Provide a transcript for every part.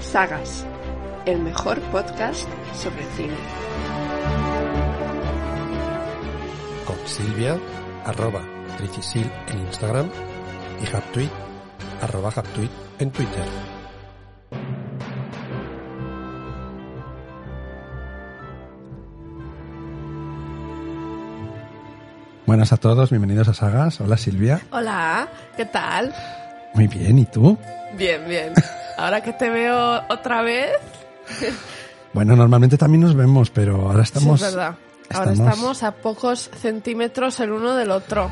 Sagas, el mejor podcast sobre cine. Con Silvia, arroba Trichisil en Instagram y HapTweet, arroba HapTweet en Twitter. Buenas a todos, bienvenidos a Sagas. Hola Silvia. Hola, ¿qué tal? Muy bien, ¿y tú? Bien, bien. Ahora que te veo otra vez, Bueno, normalmente también nos vemos, pero ahora sí, estamos es verdad. Ahora estamos- estamos a pocos centímetros el uno del otro.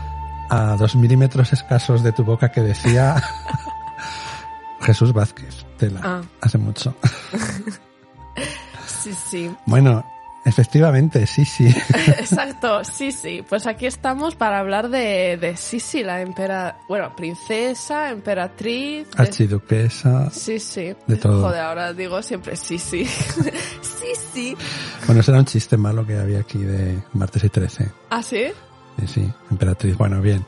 a dos milímetros escasos de tu boca que decía Jesús Vázquez, tela, Ah. hace mucho. Sí, sí. Bueno, efectivamente, sí, sí. Exacto, sí, sí. Pues aquí estamos para hablar de, de Sisi, la empera... Bueno, princesa, emperatriz... de- Archiduquesa. Sí, sí. Ah, De todo. Joder, ahora digo siempre sí, sí. sí, sí. Bueno, ese era un chiste malo que había aquí de martes y 13. ¿Ah, sí? Sí, sí, emperatriz. Bueno, bien.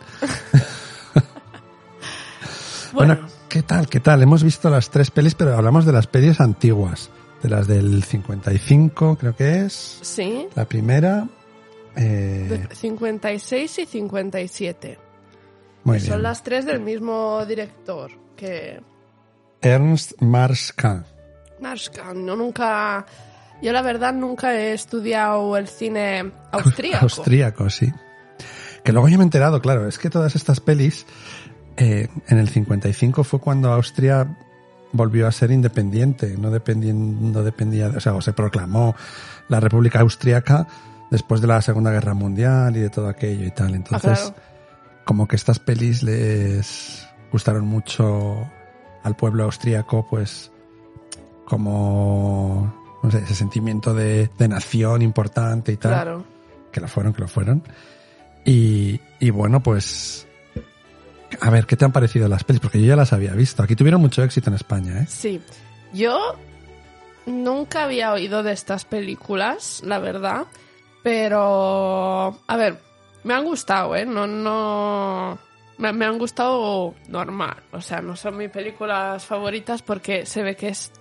Bueno, ¿qué tal? ¿Qué tal? Hemos visto las tres pelis, pero hablamos de las pelis antiguas. De las del 55, creo que es. sí. La primera. eh, de 56 y 57. muy que bien. son las tres del mismo director que Ernst Marschka. Marshkan. No nunca... Yo la verdad nunca he estudiado el cine austríaco. Austríaco, sí. Que luego yo me he enterado, claro, es que todas estas pelis, eh, en el 55 fue cuando Austria volvió a ser independiente, no, dependien- no dependía, de- o sea, o se proclamó la República Austriaca después de la Segunda Guerra Mundial y de todo aquello y tal. Entonces, Ah, claro. como que estas pelis les gustaron mucho al pueblo austríaco, pues como, no sé, ese sentimiento de, de nación importante y tal Claro. que lo fueron, que lo fueron. Y, y bueno, pues. A ver, ¿qué te han parecido las pelis? Porque yo ya las había visto. Aquí tuvieron mucho éxito en España, ¿eh? Sí. Yo nunca había oído de estas películas, la verdad. Pero. A ver, me han gustado, ¿eh? No, no. Me, me han gustado normal. O sea, no son mis películas favoritas porque se ve que es.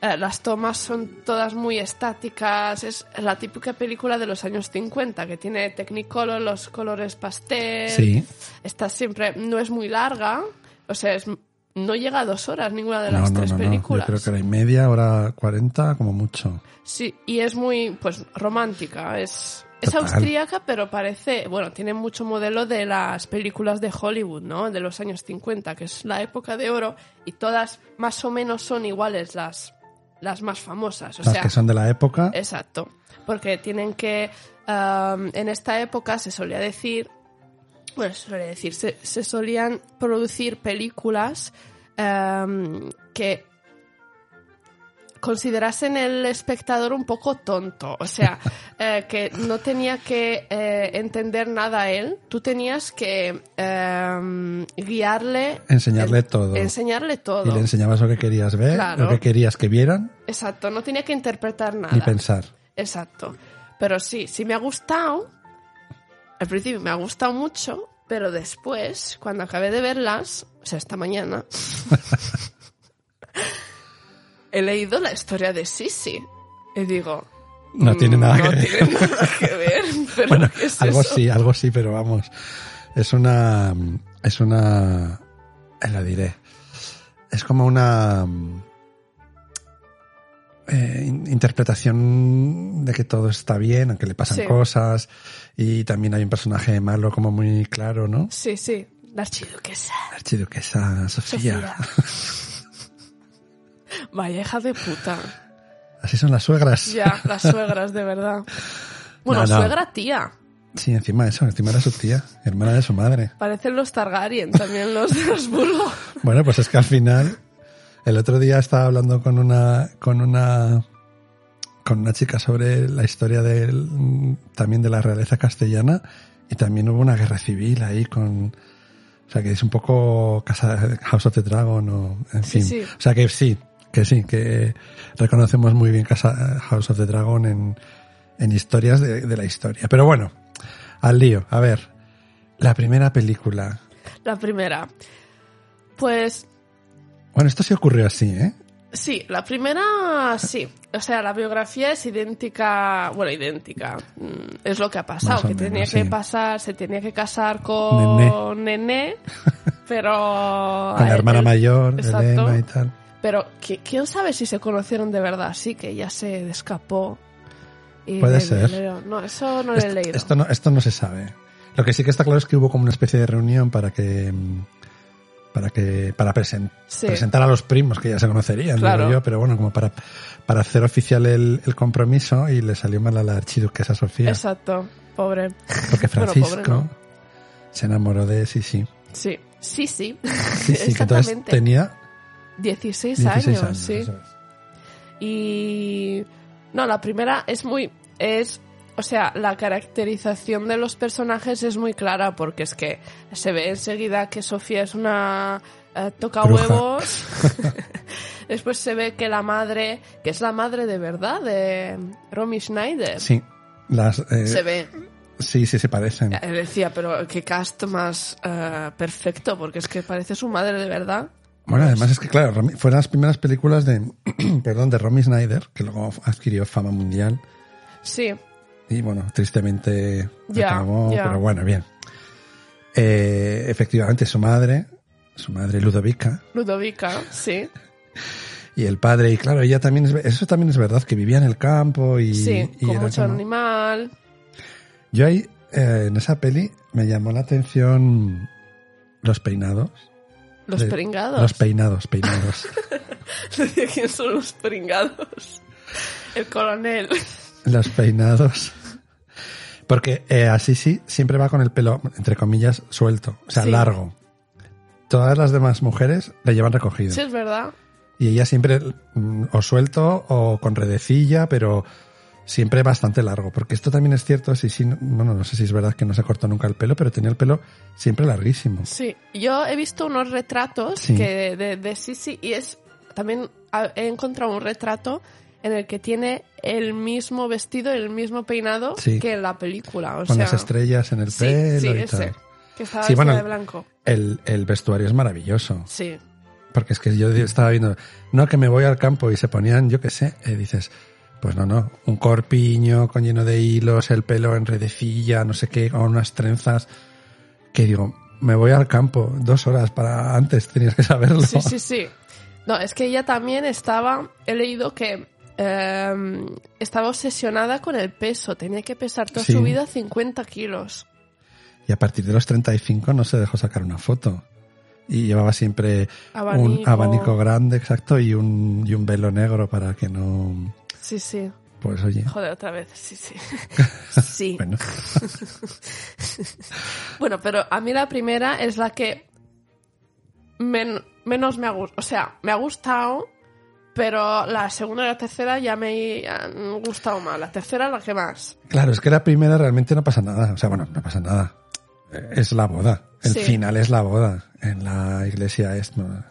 eh, Las tomas son todas muy estáticas, es la típica película de los años 50 que tiene Technicolor, los colores pastel, Sí. Está siempre, no es muy larga, o sea, es- no llega a dos horas ninguna de No, las no, tres no, no. Yo películas. creo que hora y media, hora cuarenta, como mucho. Sí, y es muy, pues, romántica. Es, es Total. austríaca, pero parece, bueno, tiene mucho modelo de las películas de Hollywood, ¿no? De los años 50, que es la época de oro, y todas más o menos son iguales las, las más famosas. O las sea, que son de la época. Exacto. Porque tienen que. am, en esta época se solía decir. Bueno, se solía decir. Se, se solían producir películas am, que considerasen el espectador un poco tonto, o sea, eh, que no tenía que eh, entender nada él, tú tenías que em, guiarle, Enseñarle en- todo. enseñarle todo, Y le enseñabas lo que querías ver, Claro. lo que querías que vieran exacto, no tenía que interpretar nada. y pensar. Exacto. Pero sí, sí me ha gustado. Al principio me ha gustado mucho, pero después, cuando acabé de verlas, o sea, esta mañana, he leído la historia de Sisi. Y digo, No mm, tiene nada no que ver. tiene nada que ver. Pero Bueno, ¿qué es algo eso? sí, algo sí, pero vamos. Es una. Es una. eh, Lo diré. Es como una. mm, eh, in- interpretación de que todo está bien, aunque le pasan Sí. cosas. Y también hay un personaje malo, como muy claro, ¿no? Sí, sí, la archiduquesa. La archiduquesa Sofía. Sofía. Vaya hija de puta. Así son las suegras. Ya, las suegras, de verdad. Bueno, No, no. suegra tía. Sí, encima eso, encima era su tía, hermana de su madre. Parecen los Targaryen, también los de Habsburgo. Bueno, pues es que al final, el otro día estaba hablando con una, con una, con una chica sobre la historia del, también de la realeza castellana y también hubo una guerra civil ahí con, o sea, que es un poco casa, House of the Dragon o, en Sí, fin. sí. O sea, que sí, que sí, que reconocemos muy bien casa, House of the Dragon en, en historias de, de la historia. Pero bueno, al lío. A ver, la primera película. La primera. Pues Bueno, esto sí ocurrió así, ¿eh? Sí, la primera sí. O sea, la biografía es idéntica, bueno, idéntica. Mm, Es lo que ha Más pasado, o que tenía menos, que sí. pasar, se tenía que casar con Nené, pero... Con la hermana él- mayor, Exacto. Elena y tal. Pero ¿qui- quién sabe si se conocieron de verdad, sí, que ya se escapó. y Puede le ser. violaron. No, eso no lo he Esto, leído. esto no, esto no se sabe. Lo que sí que está claro es que hubo como una especie de reunión para que mm, para que para presen- Sí. presentar a los primos que ya se conocerían, digo Claro. yo, pero bueno, como para, para hacer oficial el, el compromiso y le salió mal a la archiduquesa Sofía, Exacto, pobre. porque Bueno, pobre, Francisco ¿no? se enamoró de Sisi. Sí, sí, sí. Sí, sí, que entonces Exactamente. tenía 16, 16 años, años. sí. eso es. Y no, la primera es muy es o sea, la caracterización de los personajes es muy clara porque es que se ve enseguida que Sofía es una eh, toca Bruja. huevos. Después se ve que la madre, que es la madre de verdad de Romy Schneider. Sí, las, eh, Se ve. sí, sí, se parecen. Eh, Decía, pero qué cast más eh, perfecto, porque es que parece su madre de verdad. Bueno, además es que, claro, Romy- fueron las primeras películas de, perdón, de Romy Snyder, que luego adquirió fama mundial. Sí, Y bueno, tristemente Ya, acabó, ya. pero bueno, bien. Eh, efectivamente, su madre, su madre Ludovica, Ludovica, sí. y el padre, y claro, ella también es, ve- eso también es verdad, que vivía en el campo y, sí, y con era mucho como- animal. Yo ahí, eh, en esa peli, me llamó la atención los peinados. Los de- pringados. Los peinados, peinados. Decía, ¿quién son los pringados? El coronel. Los peinados. Porque eh, así sí siempre va con el pelo, entre comillas, suelto, o sea, Sí. largo. Todas las demás mujeres le llevan recogido. Sí, es verdad. Y ella siempre mm, o suelto o con redecilla, pero siempre bastante largo. Porque esto también es cierto, sí, sí, no- bueno, no sé si es verdad que no se cortó nunca el pelo, pero tenía el pelo siempre larguísimo. Sí. Yo he visto unos retratos Sí. que de, de Sisi y es. También ha- he encontrado un retrato en el que tiene el mismo vestido, el mismo peinado Sí. que en la película. O con sea, las estrellas en el Sí, pelo sí, y ese. tal. Que estaba Sí, bueno, vestida de blanco. El, el vestuario es maravilloso. Sí. Porque es que yo estaba viendo, no, que me voy al campo y se ponían, yo qué sé, y dices, pues no, no, un corpiño con lleno de hilos, el pelo en redecilla, no sé qué, con unas trenzas, que digo, me voy al campo, dos horas para antes tenías que saberlo. Sí, sí, sí. No, es que ella también estaba. He leído que eh, estaba obsesionada con el peso. Tenía que pesar toda Sí. su vida 50 kilos. Y a partir de los 35 no se dejó sacar una foto. Y llevaba siempre un Abanico. abanico grande, exacto, y un, y un velo negro para que no... Sí, sí. Pues oye, Joder, otra vez. Sí, sí. Sí. bueno, Bueno, pero a mí la primera es la que men- menos me ha gustado. O sea, me ha gustado, pero la segunda y la tercera ya me han gustado más. La tercera la que más. Claro, es que la primera realmente no pasa nada. O sea, bueno, no pasa nada. Es la boda. El Sí. final es la boda en la iglesia. Es, no.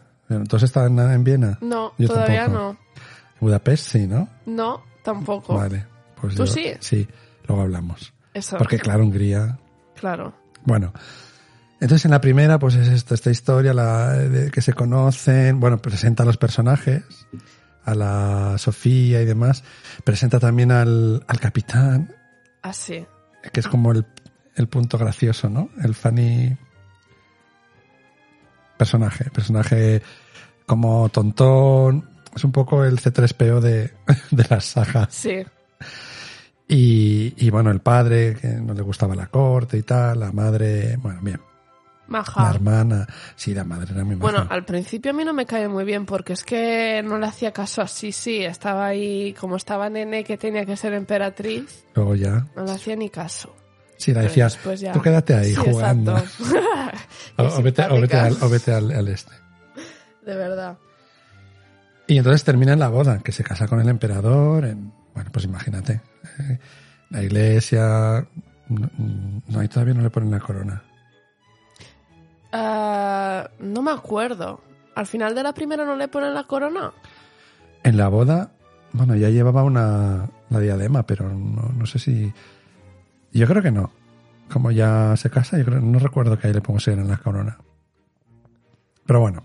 ¿Todos estaban en Viena? No, Yo todavía tampoco. Budapest, sí, ¿no? no. No, tampoco. Vale. Pues ¿Tú yo- sí? Sí, luego hablamos. Eso. Porque claro, Hungría. Claro. Bueno. Entonces en la primera, pues es esta, esta historia, la de que se conocen, bueno, presenta a los personajes, a la Sofía y demás, presenta también al, al capitán, Así. que es como el, el punto gracioso, ¿no? El funny personaje, personaje como tontón, es un poco el C3PO de, de las sagas. Sí. Y, y bueno, el padre, que no le gustaba la corte y tal, la madre, bueno, bien, la Maja. hermana, sí, la madre era muy maja. Bueno, al principio a mí no me cae muy bien porque es que no le hacía caso así, sí. Estaba ahí, como estaba nene que tenía que ser emperatriz, Luego ya, no le hacía ni caso. sí, la Pero decía, después eh, ya- tú quédate Sí, ahí jugando, exacto. o, Qué o vete, o vete simpática. al, o vete al- al este. De verdad. Y entonces termina en la boda, que se casa con el emperador. en- bueno, pues imagínate. eh, la iglesia. No, no, ahí todavía no le ponen la corona. Ah, no me acuerdo. Al final de la primera no le ponen la corona. En la boda, bueno, ya llevaba una, la diadema, pero no, no sé si. Yo creo que no. Como ya se casa, yo creo- no recuerdo que ahí le pongan en la corona. Pero bueno.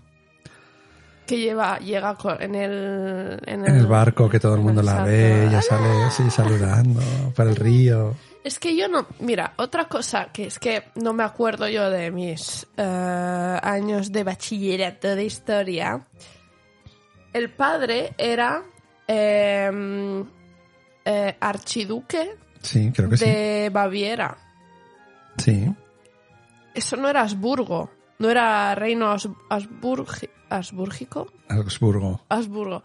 que lleva, llega co- en el, Ah, en En el barco que todo el en mundo la barco. ve, ya sale ¿eh? así saludando para el río. Es que yo no. Mira, otra cosa que es que no me acuerdo yo de mis eh, años de bachillerato de historia. El padre era eh, eh, archiduque Sí, creo que sí. de Baviera. Sí. Eso no era Habsburgo, no era reino Habs- Habsburgi- Habsburgico. Augsburgo. Habsburgo.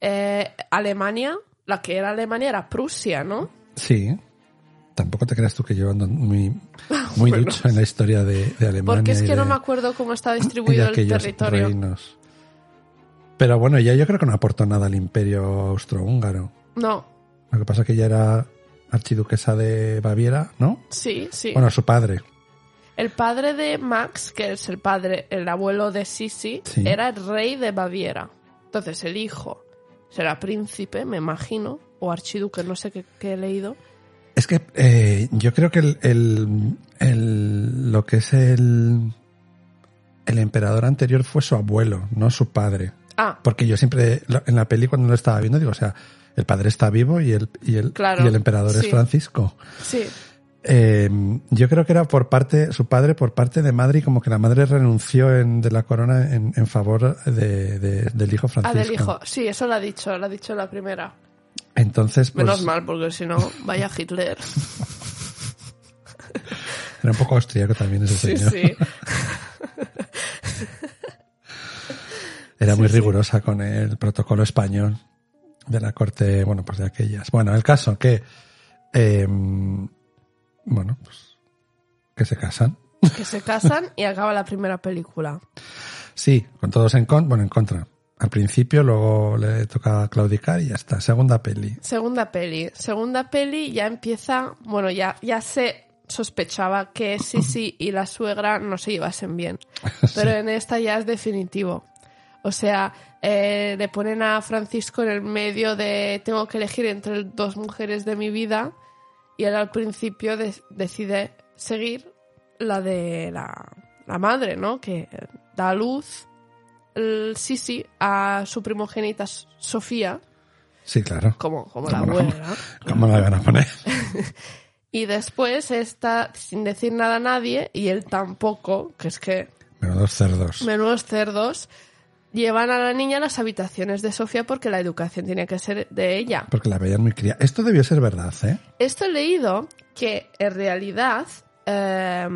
Eh, Alemania, la que era Alemania era Prusia, ¿no? Sí. Tampoco te creas tú que yo ando muy, muy Bueno. ducho en la historia de, de Alemania. Porque es y que no de- me acuerdo cómo está y de distribuido el aquellos territorio. reinos. Pero bueno, ya yo creo que no aportó nada al imperio austrohúngaro. No, Lo que pasa es que ella era archiduquesa de Baviera, ¿no? sí, sí. Bueno, su padre. El padre de Max, que es el padre, el abuelo de Sisi, Sí. era el rey de Baviera. Entonces el hijo será príncipe, me imagino, o archiduque, no sé qué, qué he leído. Es que eh, yo creo que el, el- el- lo que es el, el emperador anterior fue su abuelo, no su padre. Ah, Porque yo siempre, lo- en la peli cuando lo estaba viendo, digo, o sea, el padre está vivo y el, y el, Claro, y el emperador es sí. Francisco. sí, Eh, yo creo que era por parte, su padre, por parte de madre, y como que la madre renunció en- de la corona en, en favor de, de- del hijo ah, Francisco. del hijo. Sí, eso lo ha dicho, lo ha dicho la primera. Entonces, pues, Menos mal, porque si no, vaya Hitler. era un poco austríaco también ese Sí, señor. sí. Era muy rigurosa con el protocolo español de la corte, bueno, pues de aquellas. Bueno, el caso que, eh, bueno, pues que se casan. Que se casan y acaba la primera película. Sí, con todos en contra, bueno, en contra. Al principio, luego le toca claudicar y ya está. Segunda peli. Segunda peli. Segunda peli ya empieza. Bueno, ya, ya se sospechaba que Sisi y la suegra no se llevasen bien. Pero en esta ya es definitivo. O sea, eh, le ponen a Francisco en el medio de tengo que elegir entre dos mujeres de mi vida y él al principio de- decide seguir la de la, la madre, ¿no? Que da a luz el Sisi a su primogenita S- Sofía, Sí, claro. como, como la Como la- abuela. ¿Cómo la van a poner? Y después está sin decir nada a nadie y él tampoco, que es que Menudos cerdos. menudos cerdos, llevan a la niña a las habitaciones de Sofía porque la educación tiene que ser de ella. Porque la veían muy cría. Esto debió ser verdad, ¿eh? Esto he leído que en realidad eh,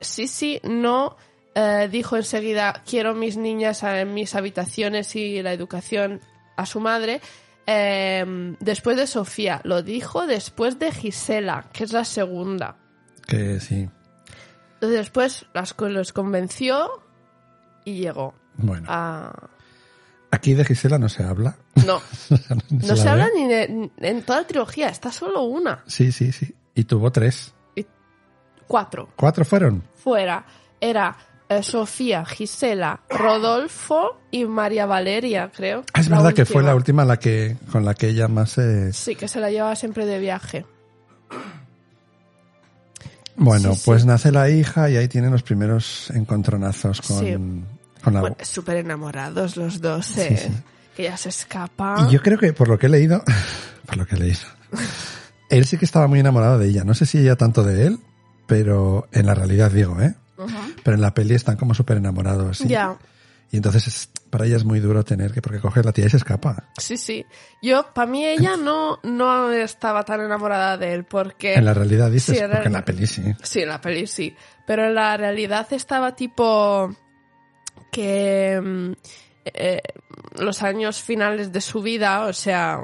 Sisi no eh, dijo enseguida quiero mis niñas a- en mis habitaciones y la educación a su madre. eh, después de Sofía, lo dijo después de Gisela, que es la segunda. Que sí. Entonces después las, co- los convenció y llegó Bueno, Ah. a... aquí de Gisela no se habla. No, Ni No se la habla ve. ni de- n- en toda la trilogía, está solo una. Sí, sí, sí. Y tuvo tres. Cuatro. ¿Cuatro fueron? Fuera. Era eh, Sofía, Gisela, Rodolfo y María Valeria, creo. Ah, Es La verdad que fue la última la que, con la que ella más... eh, Sí, que se la llevaba siempre de viaje. Bueno, Sí, sí. pues nace la hija y ahí tienen los primeros encontronazos con, Sí. con la... Bueno, súper enamorados los dos, Sí, eh, sí. Que ya se escapa. Y yo creo que, por lo que he leído... por lo que he leído... Él sí que estaba muy enamorado de ella. No sé si ella tanto de él, pero en la realidad digo, ¿eh? Ujú. Pero en la peli están como súper enamorados. y- Ya, Y entonces es- para ella es muy duro tener que, porque coge la tía y se escapa. sí, sí. Yo, para mí, ella no, no estaba tan enamorada de él porque... En la realidad dices, Sí, en porque en realidad. la peli sí. Sí, en la peli sí. Pero en la realidad estaba tipo que mm, eh, los años finales de su vida, o sea,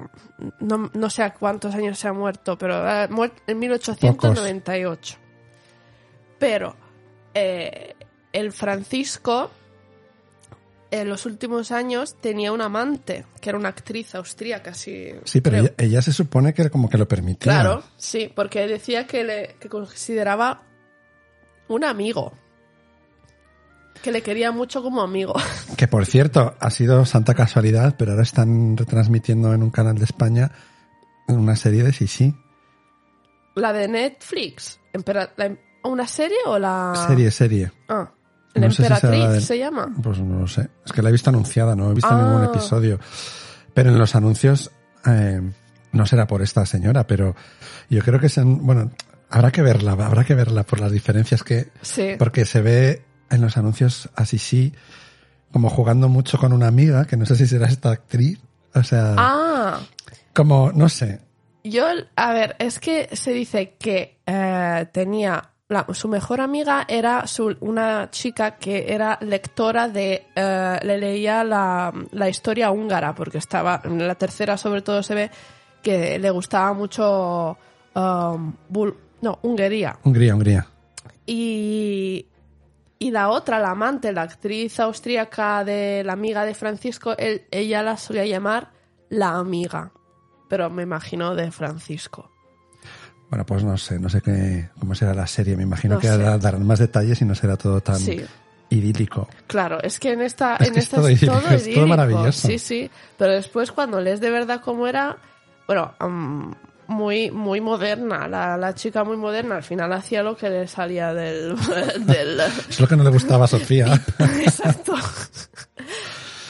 no, no sé a cuántos años se ha muerto, pero eh, muer- en 1898. Pero eh, el Francisco en los últimos años tenía un amante, que era una actriz austríaca, sí. Sí, pero creo. ella, ella se supone que como que lo permitía. Claro, sí, porque decía que le que consideraba un amigo. Que le quería mucho como amigo. Que por cierto, ha sido santa casualidad, pero ahora están retransmitiendo en un canal de España una serie de Sisi. La de Netflix. Empera- la em- ¿Una serie o la...? Serie, serie. Ah, La No sé si será emperatriz la del- se llama. Pues no lo sé. Es que la he visto anunciada, no he visto Ah. ningún episodio. Pero en los anuncios, eh, no será por esta señora, pero yo creo que se han- bueno, habrá que verla, habrá que verla por las diferencias que, Sí. porque se ve en los anuncios así sí, como jugando mucho con una amiga, que no sé si será esta actriz, o sea, Ah, como, no sé, yo, a ver, es que se dice que eh, tenía, la- su mejor amiga era su- una chica que era lectora de, eh, le leía la, la historia húngara, porque estaba, en la tercera sobre todo se ve que le gustaba mucho, um, Bul- no, Hungría. Hungría, Hungría. Y, y la otra, la amante, la actriz austríaca de la amiga de Francisco, él- ella la solía llamar la amiga, pero me imagino de Francisco. Bueno, pues no sé, no sé qué, cómo será la serie, me imagino No que sé. dará- darán más detalles y no será todo tan Sí. idílico. Claro, es que en esta Es en que es esta todo es idílico, todo, es todo idílico. maravilloso. Sí, sí, pero después cuando lees de verdad cómo era, bueno, am, muy muy moderna, la, la chica muy moderna, al final hacía lo que le salía del- del Es lo que no le gustaba a Sofía. Exacto.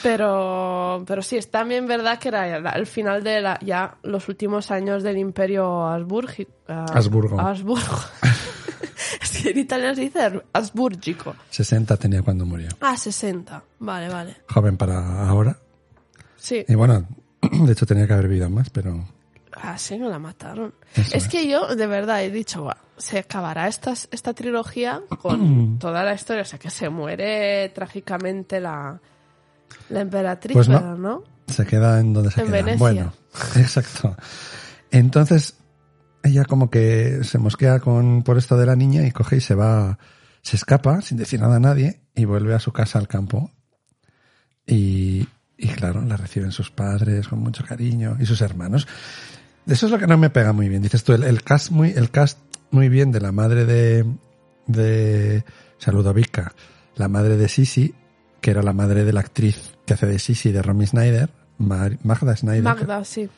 Pero, pero sí, es también verdad que era la- el final de la, ya los últimos años del imperio Habsburgi- ah, Habsburgo. Habsburgo. es que en italiano se dice Habsburgico. 60 tenía cuando murió. Ah, 60. Vale, vale. Joven para ahora. Sí. Y bueno, de hecho tenía que haber vivido más, pero Ah, sí, me la mataron. Eso es es. que yo, de verdad, he dicho, "Buah, se acabará esta, esta trilogía con toda la historia. O sea, que se muere trágicamente la, la emperatriz, Pues no. pero no. se queda en donde se En queda. Venecia. Bueno, exacto. Entonces, ella como que se mosquea con, por esto de la niña y coge y se va, se escapa sin decir nada a nadie y vuelve a su casa al campo. Y, y claro, la reciben sus padres con mucho cariño y sus hermanos. Eso es lo que no me pega muy bien. Dices tú, el, el cast muy, el cast muy bien de la madre de, de Saludovica, la madre de Sisi, que era la madre de la actriz que hace de Sisi, de Romy Snyder, Mar- Magda Snyder. Magda, sí.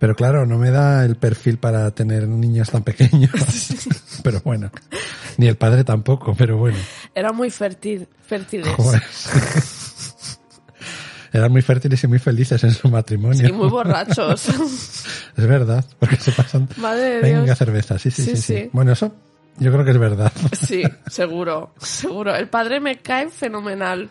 Pero claro, no me da el perfil para tener niños tan pequeños. pero bueno, ni el padre tampoco, pero bueno. Era muy fértil, fértiles. Joder. Eran muy fértiles y muy felices en su matrimonio. Sí, muy borrachos. Es verdad, porque se pasan. Madre de Venga, Dios. cerveza, sí sí, Sí, sí, sí, sí. Bueno, eso yo creo que es verdad. Sí, seguro, seguro. El padre me cae fenomenal.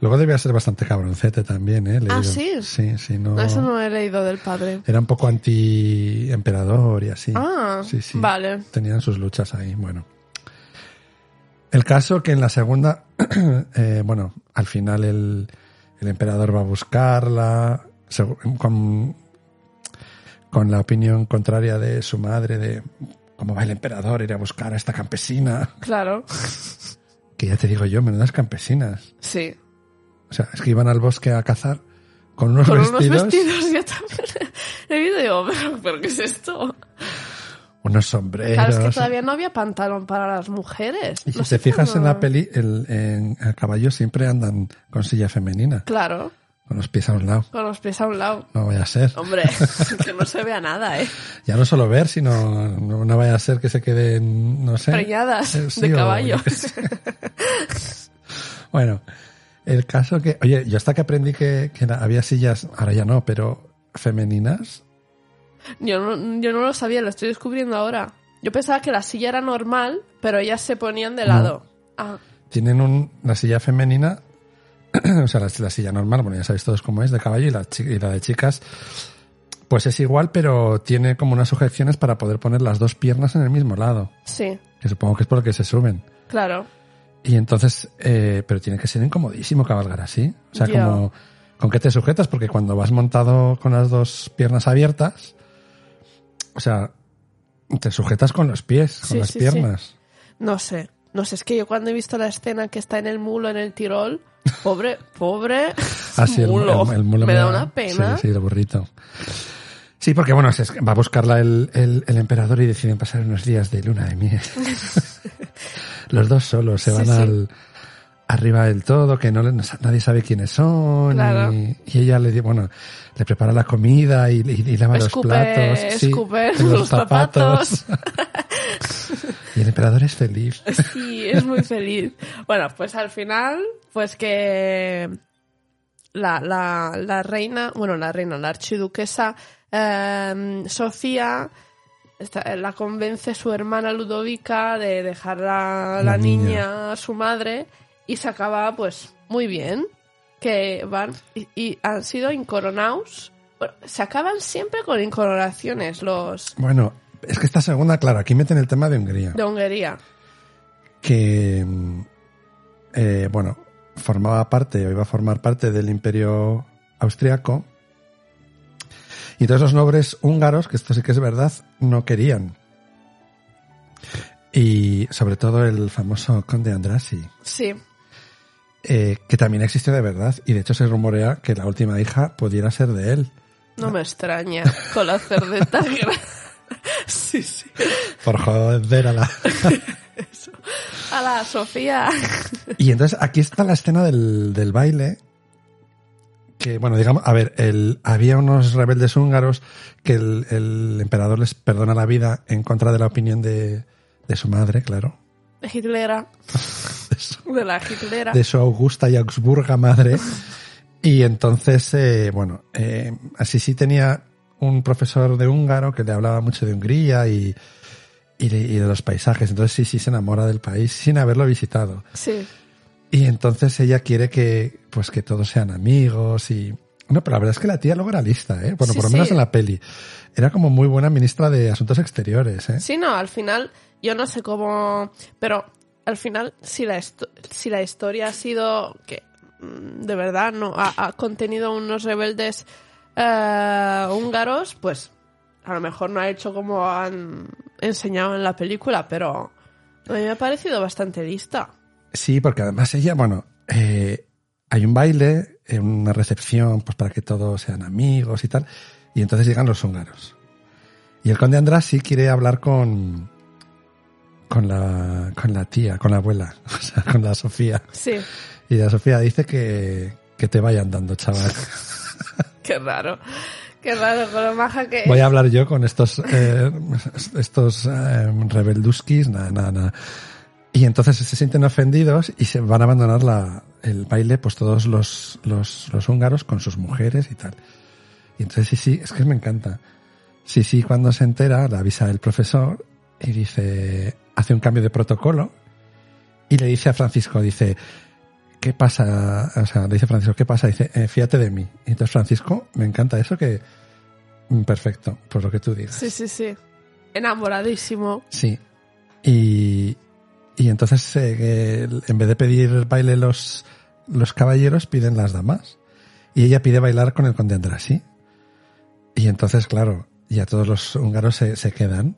Luego debía ser bastante cabroncete también, ¿eh? Le Ah, digo. ¿sí? Sí, sí, no. No, Eso no he leído del padre. Era un poco anti-emperador y así. Ah, Sí, sí. vale. Tenían sus luchas ahí, bueno. El caso que en la segunda, eh, bueno, al final el, el emperador va a buscarla, segu- con, con la opinión contraria de su madre, de cómo va el emperador, ir a buscar a esta campesina. Claro. Que ya te digo yo, menudas campesinas. Sí. O sea, es que iban al bosque a cazar con unos, Con vestidos, unos vestidos yo también he visto y digo, pero, pero ¿qué es esto? unos sombreros. Claro, es que todavía no había pantalón para las mujeres. Y si No te sé fijas cómo- en la peli, el, en, a caballo siempre andan con silla femenina, Claro, con los pies a un lado. con los pies a un lado. No vaya a ser. Hombre, que no se vea nada, ¿eh? Ya no solo ver, sino no, no vaya a ser que se queden, no sé. Preñadas Eh, sí, de o- caballo. yo qué sé. bueno, el caso que, oye, yo hasta que aprendí que, que na- había sillas, ahora ya no, pero femeninas. Yo no, yo no lo sabía, lo estoy descubriendo ahora. Yo pensaba que la silla era normal, pero ellas se ponían de No. lado. Ah, Tienen un, la silla femenina, o sea, la, la silla normal, bueno, ya sabéis todos cómo es, de caballo y la, chi- y la de chicas, pues es igual, pero tiene como unas sujeciones para poder poner las dos piernas en el mismo lado, sí, que supongo que es por lo que se suben. claro. Y entonces, eh, pero tiene que ser incomodísimo cabalgar así. O sea, Ya. como, ¿con qué te sujetas? Porque cuando vas montado con las dos piernas abiertas, o sea, te sujetas con los pies, con Sí, las sí, sí. piernas. No sé. No sé, es que yo cuando he visto la escena que está en el mulo en el Tirol, pobre, pobre Así Ah, el, mulo. el- el mulo me da una pena. Sí, sí, el burrito. Sí, porque bueno, se es- va a buscarla el, el- el emperador y deciden pasar unos días de luna de miel. Los dos solos se Sí, van sí. al arriba del todo, que no, le- no sa- nadie sabe quiénes son. Claro. Y, y ella le di- bueno, le prepara la comida y, y- y lava Escupe- los platos. sí, escupe en los zapatos. Y el emperador es feliz. Sí, es muy feliz. Bueno, pues al final, pues que la, la, la reina, bueno, la reina, la archiduquesa eh, Sofía esta- la convence su hermana Ludovica de dejar la, la La niña. niña a su madre y se acaba, pues, muy bien. Que van y, y han sido incoronados. Bueno, se acaban siempre con incoronaciones los Bueno, es que esta segunda, claro, aquí meten el tema de Hungría. de Hungría. que mm, eh, bueno formaba parte o iba a formar parte del imperio austriaco y todos los nobles húngaros que esto sí que es verdad no querían y sobre todo el famoso conde Andrasi Sí, eh, que también existió de verdad y de hecho se rumorea que la última hija pudiera ser de él no me extraña con la cerdeta. sí, sí. por joder a la A la Sofía. Y entonces aquí está la escena del, del baile. Que, bueno, digamos, a ver, el, había unos rebeldes húngaros que el, el emperador les perdona la vida en contra de la opinión de, de su madre, claro. Hitlera. De su, De la Hitlera. de su augusta y augsburga madre. Y entonces, eh, bueno, eh, así sí tenía un profesor de húngaro que le hablaba mucho de Hungría y, y de, y de los paisajes. Entonces sí, sí se enamora del país sin haberlo visitado. Sí. Y entonces ella quiere que, pues que todos sean amigos y... No, pero la verdad es que la tía luego era lista, ¿eh? Bueno, Sí, por lo menos sí. en la peli. Era como muy buena ministra de Asuntos Exteriores, ¿eh? Sí, no, al final, yo no sé cómo. Pero al final, si la, histo- si la historia ha sido que mm, de verdad no ha, ha contenido unos rebeldes eh, húngaros, pues a lo mejor no ha hecho como han enseñado en la película, pero a mí me ha parecido bastante lista. Sí, porque además ella, bueno, eh, hay un baile, eh, una recepción, pues para que todos sean amigos y tal. Y entonces llegan los húngaros. Y el conde András sí quiere hablar con... Con la, con la tía, con la abuela, o sea, con la Sofía. Sí, Y la Sofía dice que, que te vayan dando, chaval. qué raro. Qué raro, con lo maja que. Voy a hablar yo con estos eh, estos eh, rebelduskis, nada, nada, nada. Y entonces se sienten ofendidos y se van a abandonar la, el baile, pues todos los, los, los húngaros con sus mujeres y tal. Y entonces sí, sí, es que me encanta. Sí, sí, cuando se entera, la avisa el profesor y dice, hace un cambio de protocolo y le dice a Francisco, dice, ¿qué pasa? O sea, le dice Francisco, ¿qué pasa? Dice, "Eh, fíjate de mí. Y entonces Francisco, me encanta eso que, mm, perfecto, pues lo que tú digas. Sí, sí, sí. Enamoradísimo. Sí. Y, y entonces, eh, el- en vez de pedir baile los, los caballeros, piden las damas. Y ella pide bailar con el conde Andrasi. Y entonces, claro, ya todos los húngaros se, se quedan.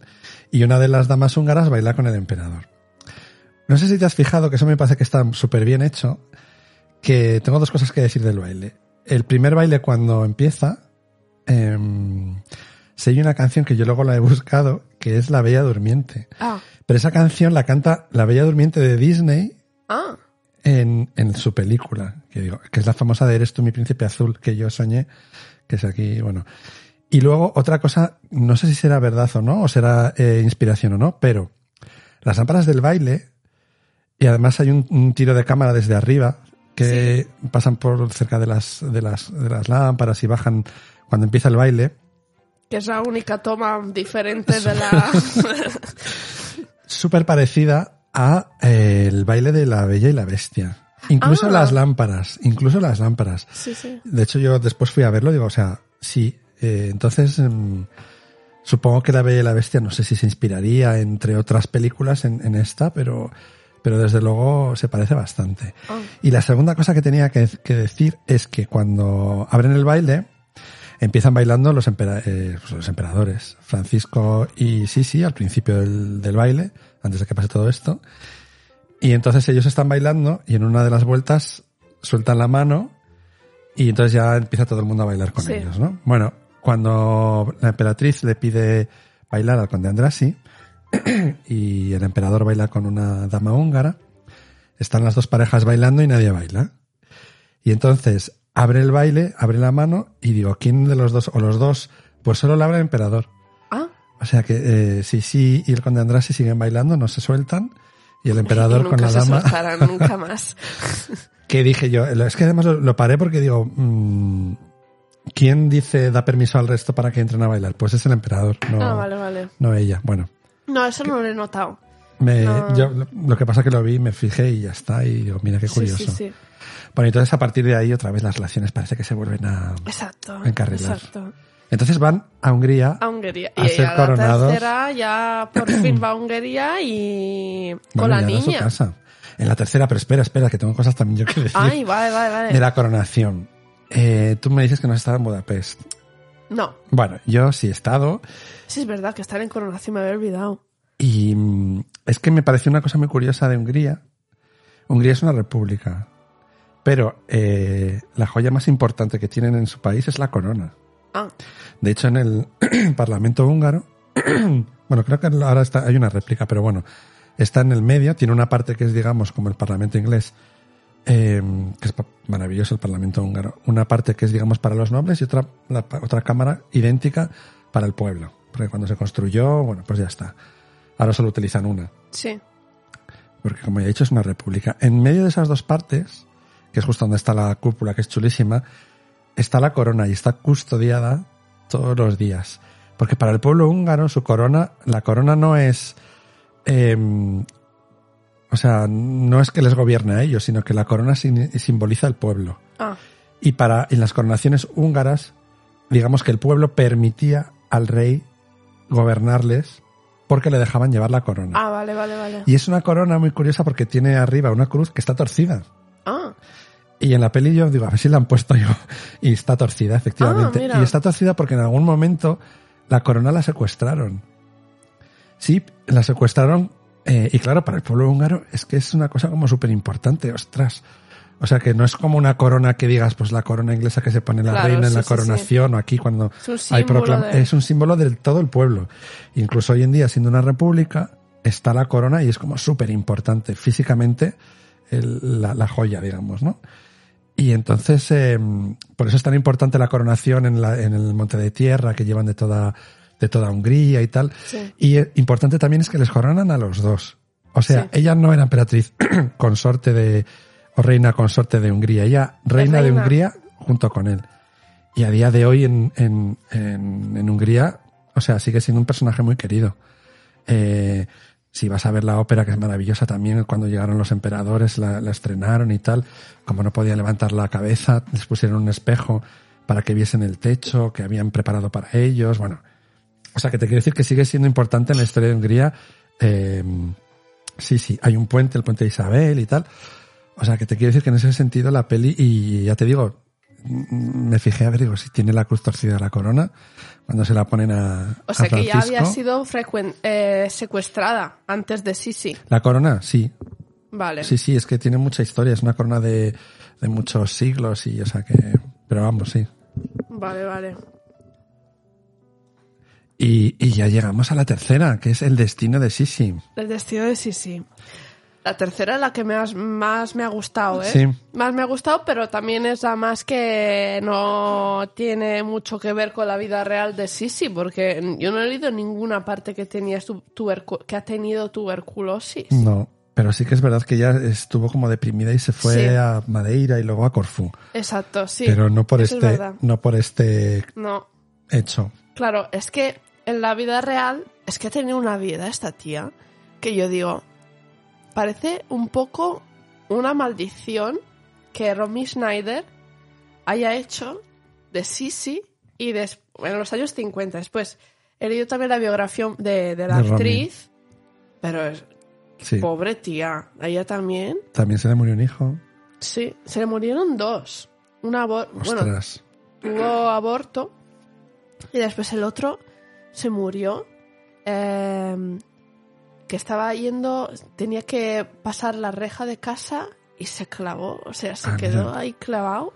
Y una de las damas húngaras baila con el emperador. No sé si te has fijado, que eso me parece que está súper bien hecho, que tengo dos cosas que decir del baile. El primer baile cuando empieza, em, se oye una canción que yo luego la he buscado, que es La Bella Durmiente. Ah, Pero esa canción la canta La Bella Durmiente de Disney ah, en, en su película, que digo, que es la famosa de Eres tú mi príncipe azul que yo soñé, que es aquí, bueno. Y luego otra cosa, no sé si será verdad o no, o será eh, inspiración o no, pero las lámparas del baile, y además hay un, un tiro de cámara desde arriba, que pasan por cerca de las, de las, de las lámparas y bajan cuando empieza el baile. que es la única toma diferente de la. súper parecida a eh, el baile de la Bella y la Bestia. Incluso Ah. las lámparas, incluso las lámparas. sí, sí. De hecho, yo después fui a verlo y digo, o sea, sí. eh, entonces, mm, supongo que la Bella y la Bestia, no sé si se inspiraría entre otras películas en, en esta, pero, pero desde luego se parece bastante. Ah. Y la segunda cosa que tenía que, que decir es que cuando abren el baile, empiezan bailando los, empera- eh, pues los emperadores, Francisco y Sisi, al principio del, del baile, antes de que pase todo esto. Y entonces ellos están bailando y en una de las vueltas sueltan la mano y entonces ya empieza todo el mundo a bailar con Sí. ellos, ¿no? Bueno, cuando la emperatriz le pide bailar al conde Andrasi y el emperador baila con una dama húngara, están las dos parejas bailando y nadie baila. Y entonces abre el baile, abre la mano y digo, ¿quién de los dos o los dos? Pues solo la abre el emperador. Ah, O sea que eh, Sisi y el conde Andrasi siguen bailando, no se sueltan. Y el emperador Y nunca con la se dama. soltará nunca más. que dije yo? Es que además lo, lo paré porque digo, mm, ¿quién dice da permiso al resto para que entren a bailar? Pues es el emperador, no, Ah, vale, vale. no ella. Bueno, No, eso no lo he notado. me- No. yo, lo, lo que pasa es que lo vi, me fijé y ya está. Y digo, mira qué curioso. Sí, sí, sí. Bueno, entonces a partir de ahí otra vez las relaciones parece que se vuelven a... Exacto. Encarrilar. Exacto. Entonces van a Hungría. A Hungría. A y ser a la coronados. tercera ya por fin va a Hungría y con Bueno, la ya no a su niña. casa. En la tercera, pero espera, espera, que tengo cosas también yo que decir. Ay, vale, vale, vale. De la coronación. Eh, tú me dices que no has estado en Budapest. No, Bueno, yo sí he estado sí es verdad que están en coronación, me había olvidado. y mm, es que me pareció una cosa muy curiosa de Hungría. Hungría es una república, pero eh, la joya más importante que tienen en su país es la corona. Ah, De hecho, en el Parlamento húngaro, bueno, creo que ahora está, hay una réplica, pero bueno, está en el medio, tiene una parte que es, digamos, como el Parlamento inglés, eh, que es pa- maravilloso el Parlamento húngaro, una parte que es, digamos, para los nobles y otra, la pa- otra cámara idéntica para el pueblo, porque cuando se construyó, bueno, pues ya está. Ahora solo utilizan una, sí. porque como ya he dicho, es una república. En medio de esas dos partes, que es justo donde está la cúpula, que es chulísima, está la corona y está custodiada todos los días. Porque para el pueblo húngaro, su corona, la corona no es. eh, o sea, no es que les gobierne a ellos, sino que la corona sin- simboliza el pueblo. Ah, Y para en las coronaciones húngaras, digamos que el pueblo permitía al rey gobernarles porque le dejaban llevar la corona. ah vale, vale, vale. Y es una corona muy curiosa porque tiene arriba una cruz que está torcida. Ah, Y en la peli yo digo, a ver si la han puesto yo. Y está torcida, Ah, efectivamente. mira. y está torcida porque en algún momento la corona la secuestraron. Sí, la secuestraron. eh, y claro, para el pueblo húngaro es que es una cosa como súper importante, ostras. O sea que no es como una corona que digas, pues la corona inglesa que se pone la Claro, reina en sí, la sí, sí. coronación o aquí cuando es un hay símbolo proclam- de... Es un símbolo de todo el pueblo. Incluso hoy en día, siendo una república, está la corona y es como súper importante físicamente el- la, la joya, digamos, ¿no? Y entonces, eh, por eso es tan importante la coronación en, la- en el monte de tierra que llevan de toda, de toda Hungría y tal. Sí. Y eh, importante también es que les coronan a los dos. O sea, Sí. ella no era emperatriz consorte de, o reina consorte de Hungría, ella reina, de reina. Hungría junto con él. Y a día de hoy en, en, en- en Hungría, o sea, sigue siendo un personaje muy querido. Eh, si vas a ver la ópera, que es maravillosa también, cuando llegaron los emperadores, la, la estrenaron y tal, como no podía levantar la cabeza, les pusieron un espejo para que viesen el techo que habían preparado para ellos, bueno. O sea, que te quiero decir que sigue siendo importante en la historia de Hungría. eh, sí, sí, hay un puente, el puente de Isabel y tal. O sea, que te quiero decir que en ese sentido la peli, y ya te digo, mm, me fijé a ver, digo, si tiene la cruz torcida la corona, cuando se la ponen a. O sea a que ya había Francisco. sido frecuen- eh, secuestrada antes de Sisi. La corona, sí. Vale. Sí, sí, es que tiene mucha historia, es una corona de, de muchos siglos y, o sea que. Pero vamos, sí. Vale, vale. Y, y ya llegamos a la tercera, que es el destino de Sisi. El destino de Sisi. La tercera es la que me has- más me ha gustado, ¿eh? Sí. Más me ha gustado, pero también es la más que no tiene mucho que ver con la vida real de Sisi, porque yo no he leído ninguna parte que, tenía su- tubercu- que ha tenido tuberculosis. No, pero sí que es verdad que ella estuvo como deprimida y se fue Sí. a Madeira y luego a Corfú. Exacto, sí. pero no por eso es este, verdad. no por este No, hecho. Claro, es que en la vida real, es que ha tenido una vida esta tía, que yo digo, parece un poco una maldición que Romy Schneider haya hecho de Sisi y des- en los años 50. Después he leído también la biografía de, de la De Romy. actriz, pero es Sí. pobre tía, a ella también. También se le murió un hijo. Sí, se le murieron dos. Una abor- bueno, Ostras. tuvo aborto y después el otro se murió eh, que estaba yendo tenía que pasar la reja de casa y se clavó o sea se Ah, quedó mira. ahí clavado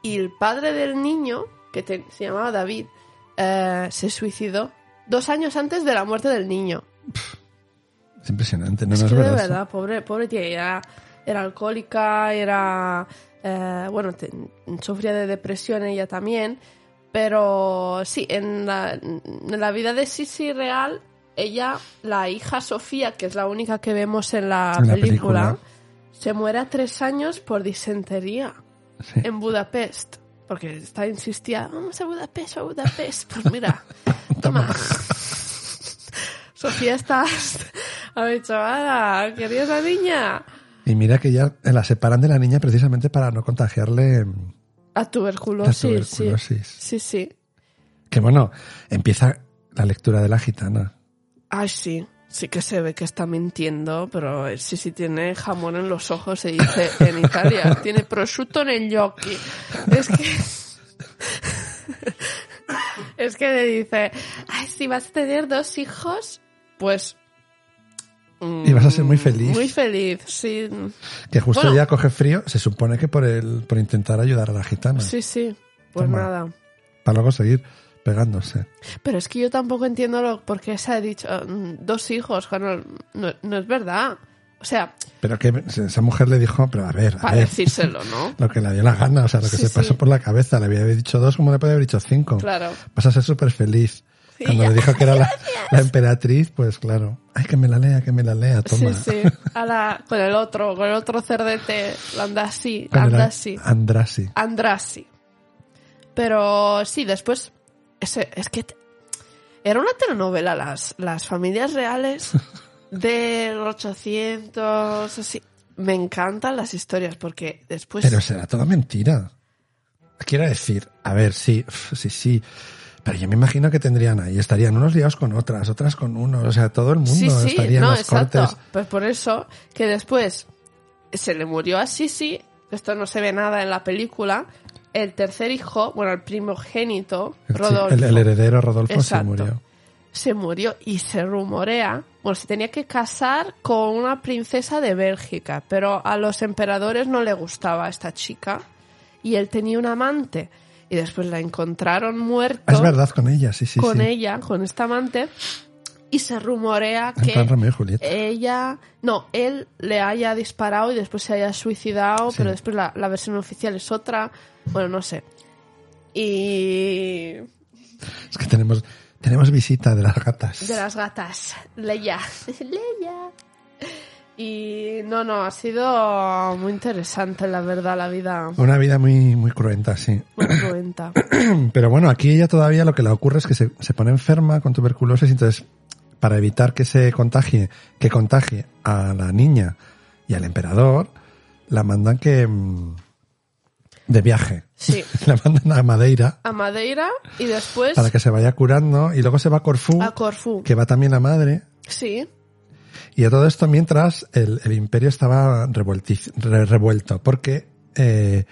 y el padre del niño que te- se llamaba David eh, se suicidó dos años antes de la muerte del niño Es impresionante, no, es no es que verdad. de verdad, pobre, pobre tía, era, era alcohólica, era... eh, bueno, te- sufría de depresión ella también, Pero sí, en la, en la vida de Sisi real, ella, la hija Sofía, que es la única que vemos en la, En la película, película. se muere a tres años por disentería Sí. en Budapest. Porque está insistía, vamos a Budapest, a Budapest. Pues mira, toma. Sofía estás. A ver, chavala, ¿querías la niña? Y mira que ya la separan de la niña precisamente para no contagiarle mm, A la tuberculosis, tuberculosis. sí. Sí, sí. Que bueno, empieza la lectura de la gitana. Ay, sí. Sí que se ve que está mintiendo, pero eh, sí, sí tiene jamón en los ojos, se dice en Italia. tiene prosciutto en gnocchi. Es que... es que le dice, ay, si vas a tener dos hijos, pues... mm, Y vas a ser muy feliz. Muy feliz, sí. Que justo Bueno. ya coge frío, se supone que por el, por intentar ayudar a la gitana. Sí, sí. Pues Toma. nada. Para luego seguir pegándose. Pero es que yo tampoco entiendo lo, por qué se ha dicho mm, dos hijos, cuando no, no es verdad. O sea, Pero que esa mujer le dijo, pero a ver, a para ver, decírselo, ¿no? lo que le dio la gana, o sea, lo que Sí, se pasó sí. por la cabeza. Le había dicho dos, como le podía haber dicho cinco. Claro. Vas a ser súper feliz. Sí, Cuando ya. le dijo que era la, la emperatriz, pues claro. Ay, que me la lea, que me la lea, toma. Sí, sí. A la- con el otro, con el otro cerdete, lo anda así, Con el anda a- así, Andrassi. andrá así. Pero sí, después, ese- es que t- era una telenovela, las, las familias reales del 800, así. Me encantan las historias porque después... Pero será toda mentira. Quiero decir, a ver, sí, pf, sí, sí. Pero yo me imagino que tendrían ahí, estarían unos liados con otras, otras con unos, o sea, todo el mundo sí, sí, estaría en no, las exacto. cortes. Pues por eso que después se le murió a Sisi, esto no se ve nada en la película, el tercer hijo, bueno, el primogénito, El- Rodolfo, El, el heredero Rodolfo se Exacto. murió. se murió y se rumorea, bueno, se tenía que casar con una princesa de Bélgica, pero a los emperadores no le gustaba esta chica y él tenía un amante. Y después la encontraron muerta Ah, Es verdad, con ella, sí, sí, con sí. ella, con esta amante, y se rumorea En que plan Romeo y Julieta. Eh. ella, no, él le haya disparado y después se haya suicidado, Sí. pero después la, la versión oficial es otra, bueno, no sé. Y Es que tenemos, tenemos visita de las gatas. de las gatas, Leia, Leia. Y no, no, ha sido muy interesante, la verdad, la vida Una vida muy, muy cruenta, sí. muy cruenta. Pero bueno, aquí ella todavía lo que le ocurre es que se, se pone enferma con tuberculosis, entonces para evitar que se contagie, que contagie a la niña y al emperador, la mandan que mm, de viaje. Sí, La mandan a Madeira a Madeira y después para que se vaya curando y luego se va a Corfú, a Corfú. que va también la madre. Sí, Y a todo esto mientras el, el imperio estaba revuelti- re- revuelto, porque eh,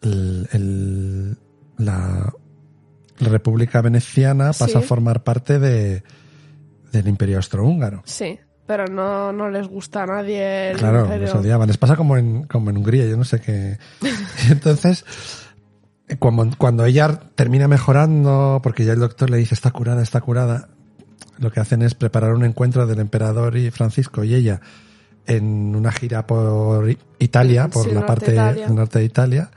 el- el- la, la República Veneciana pasa Sí. a formar parte de, del imperio austrohúngaro. Sí, pero no, no les gusta a nadie el claro, imperio. los odiaban. Les pasa como en, como en Hungría, yo no sé qué. Y entonces, cuando, cuando ella termina mejorando, porque ya el doctor le dice está curada, está curada, lo que hacen es preparar un encuentro del emperador y Francisco y ella en una gira por I- Italia, por Sí, la norte parte de Italia. del norte de Italia.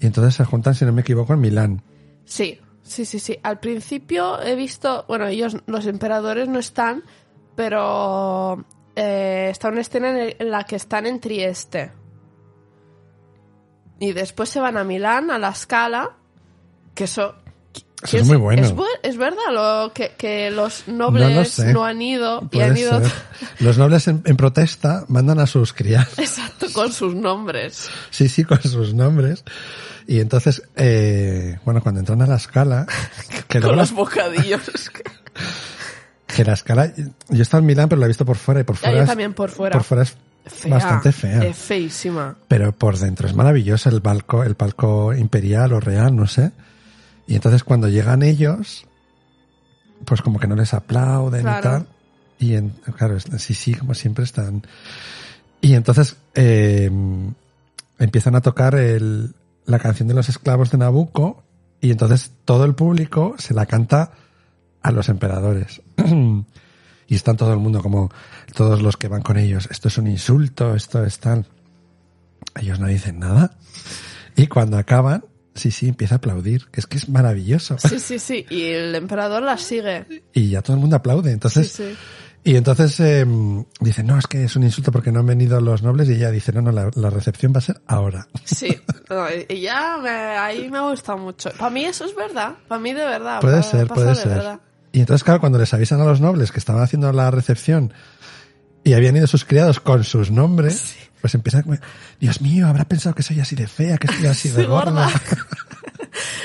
Y entonces se juntan, si no me equivoco, en Milán. Sí, sí, sí, sí. Al principio he visto, bueno, ellos, los emperadores no están, pero eh, está una escena en, el- en la que están en Trieste. Y después se van a Milán, a la Scala, que eso... Eso es muy bueno. Es, bu- es verdad lo que, que los nobles no, sé. han ido y Puede han ido ser. Los nobles en, en protesta mandan a sus criados. exacto con sus nombres. Sí, sí, con sus nombres. Y entonces, eh, bueno, cuando entran a la escala, que, luego Con la, los bocadillos. que la escala, yo he estado en Milán, pero la he visto por fuera y por Ya, fuera, yo es, también por fuera. por fuera es Fea, bastante fea. Es feísima. Pero por dentro es maravilloso el palco, el palco imperial o real, no sé. Y entonces cuando llegan ellos, pues como que no les aplauden Claro. y tal. Y en- claro, es- sí, sí, como siempre están. Y entonces eh, empiezan a tocar el- la canción de los esclavos de Nabucco y entonces todo el público se la canta a los emperadores. y están todo el mundo como todos los que van con ellos. Esto es un insulto, esto es tal. Ellos no dicen nada. Y cuando acaban, Sí, sí, empieza a aplaudir, que es que es maravilloso. Sí, sí, sí. Y el emperador la sigue. Y ya todo el mundo aplaude. Sí, Entonces, sí. Y entonces eh, dice, no, es que es un insulto porque no han venido los nobles. Y ella dice, no, no, la, la recepción va a ser ahora. Sí. No, y ya me, ahí me gusta mucho. Para mí eso es verdad. Para mí de verdad. Puede pa- ser, pasa puede de ser. verdad. Y entonces, claro, cuando les avisan a los nobles que estaban haciendo la recepción y habían ido sus criados con sus nombres, pues empiezan como, Dios mío, habrá pensado que soy así de fea, que estoy así de Soy gorda. gorda.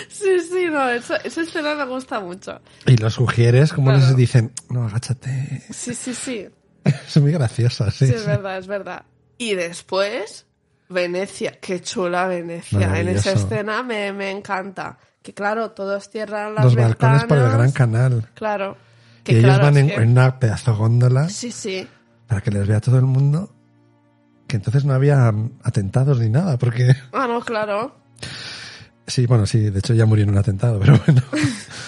Sí, sí, no. Esa, esa escena me gusta mucho. y los sugieres, como Claro. les dicen, no, agáchate. Sí, sí, sí. Es muy graciosa, sí. Sí, es sí. verdad, es verdad. Y después, Venecia, qué chula Venecia. En Maravilloso. esa escena me, me encanta. Que claro, todos cierran las Los ventanas. balcones por el gran canal. Claro. y Que ellos claro, van es en, que- en una pedazo góndola. Sí, sí. para que les vea todo el mundo que entonces no había mm, atentados ni nada, porque Ah, no, claro. sí, bueno, sí, de hecho ya murió en un atentado, pero bueno.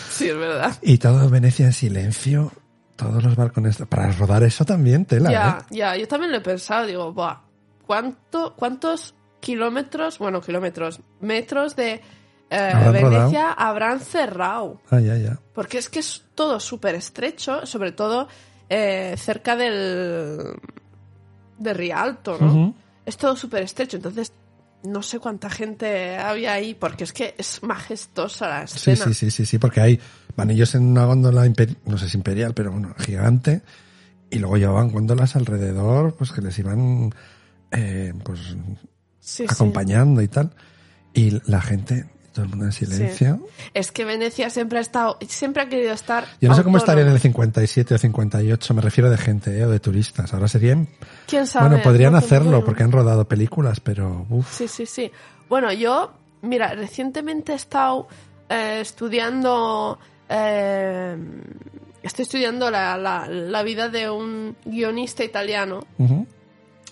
Sí, es verdad. Y todo Venecia en silencio, todos los balcones, para rodar eso también, tela, ya, ¿eh? ya. Yo también lo he pensado. Digo, buah, ¿cuánto, ¿cuántos kilómetros, bueno, kilómetros, metros de eh, Habrán Venecia habrán cerrado? Ah, ya, ya. Porque es que es todo súper estrecho, sobre todo eh, cerca del. de Rialto, ¿no? Ujú. Es todo súper estrecho, entonces no sé cuánta gente había ahí, porque es que es majestuosa la Sí, escena. sí, sí, sí, sí, porque hay van ellos en una góndola, imperi- no sé si imperial, pero bueno, gigante, y luego llevaban góndolas alrededor, pues que les iban, eh, pues, Sí, sí. acompañando y tal, y la gente, todo el mundo en silencio. Es que Venecia siempre ha estado, siempre ha querido estar. Yo no sé cómo estaría en autónoma. el 57 o 58, me refiero de gente ¿eh? o de turistas. Ahora serían... ¿Quién sabe? bueno, podrían No pues tengo hacerlo idea. porque han rodado películas, pero... Uf, Sí, sí, sí. Bueno, yo, mira, recientemente he estado eh, estudiando. eh, estoy estudiando la, la- la vida de un guionista italiano. ujú.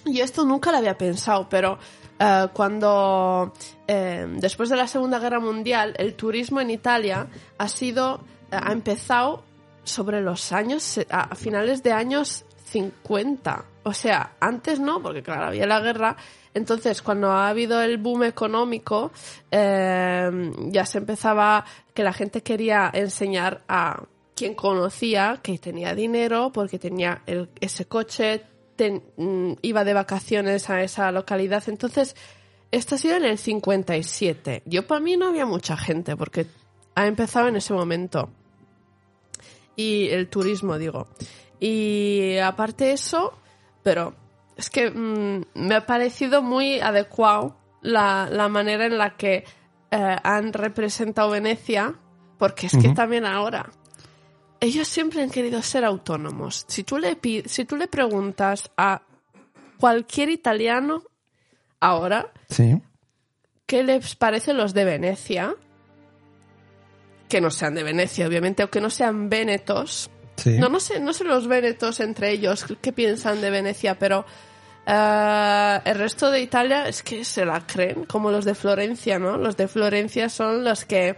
Y esto nunca lo había pensado, pero eh, cuando. eh, después de la Segunda Guerra Mundial, el turismo en Italia ha sido. eh, ha empezado sobre los años. a finales de años 50. O sea, antes no, porque claro, había la guerra. Entonces, cuando ha habido el boom económico, eh, ya se empezaba que la gente quería enseñar a quien conocía que tenía dinero porque tenía el- ese coche, ten- mm, iba de vacaciones a esa localidad. Entonces, esto ha sido en el 57. Yo para mí no había mucha gente porque ha empezado en ese momento y el turismo, digo. Y aparte de eso, pero es que mm, me ha parecido muy adecuado la, la manera en la que eh, han representado Venecia, porque es que Ujú. también ahora. Ellos siempre han querido ser autónomos. Si tú le, pi- si tú le preguntas a cualquier italiano ahora, Sí. ¿Qué les parece los de Venecia? Que no sean de Venecia, obviamente, o que no sean vénetos. Sí. No, no sé, no sé los vénetos entre ellos qué piensan de Venecia, pero eh, el resto de Italia es que se la creen, como los de Florencia, ¿no? Los de Florencia son los que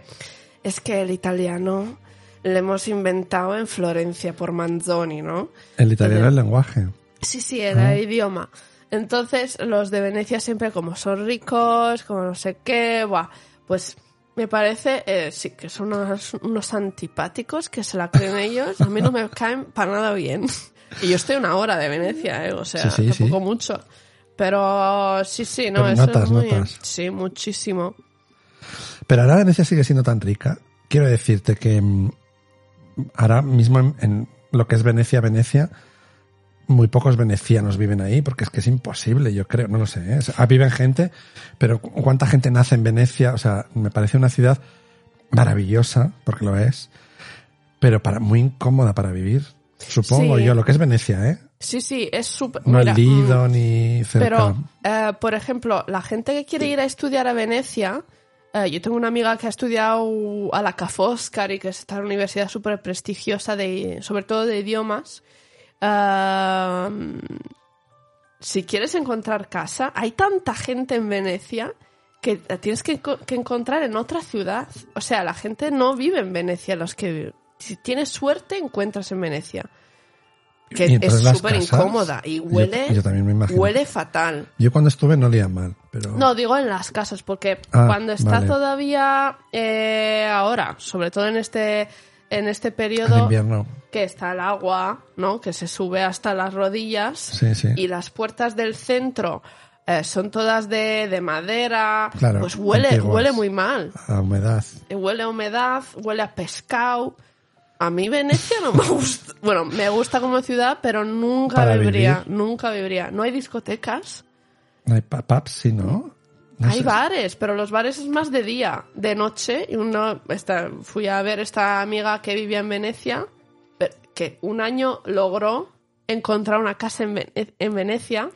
es que el italiano le hemos inventado en Florencia por Manzoni, ¿no? El italiano es el lenguaje. Sí, sí, era Ah. el idioma. Entonces, los de Venecia siempre como son ricos, como no sé qué, buah, pues me parece, eh, sí, que son unos, unos antipáticos que se la creen ellos. A mí no me caen para nada bien. Y yo estoy una hora de Venecia, eh, o sea, Sí, sí, sí. tampoco mucho. Pero sí, sí, no, Pero eso notas, es muy... notas. Sí, muchísimo. Pero ahora Venecia sigue siendo tan rica. Quiero decirte que mm, ahora mismo en, en lo que es Venecia, Venecia, muy pocos venecianos viven ahí porque es que es imposible, yo creo. No lo sé. ¿eh? O sea, ah, viven gente, pero cu- ¿cuánta gente nace en Venecia? O sea, me parece una ciudad maravillosa, porque lo es, pero para, muy incómoda para vivir. Supongo Sí. yo, lo que es Venecia, ¿eh? Sí, sí, es súper... No mira, mm, el Lido ni cerca. Pero, eh, por ejemplo, la gente que quiere ir a estudiar a Venecia, eh, yo tengo una amiga que ha estudiado a la Ca' Foscari, que es esta universidad súper prestigiosa, de, sobre todo de idiomas. Ah, si quieres encontrar casa, hay tanta gente en Venecia que la tienes que, enco- que encontrar en otra ciudad. O sea, la gente no vive en Venecia, los que viven. Si tienes suerte, encuentras en Venecia. que Y es entonces las súper casas, incómoda y yo- huele, yo también me imagino. huele fatal. Yo cuando estuve no leía mal, pero... No, digo en las casas, porque Ah, cuando está vale. todavía eh, ahora, sobre todo en este, en este En periodo invierno. que está el agua, ¿no? Que se sube hasta las rodillas Sí, sí. y las puertas del centro eh, son todas de, de madera, Claro, pues huele, antiguas. huele muy mal. A humedad. Eh, Huele a humedad, huele a pescado. A mí Venecia no me gusta. Bueno, me gusta como ciudad, pero nunca Para viviría. vivir. Nunca viviría. No hay discotecas. No hay pa- pubs, sí, ¿no? No Hay sé. bares, pero los bares es más de día, de noche. Y uno, esta, fui a ver esta amiga que vivía en Venecia, pero que un año logró encontrar una casa en, Vene- en Venecia.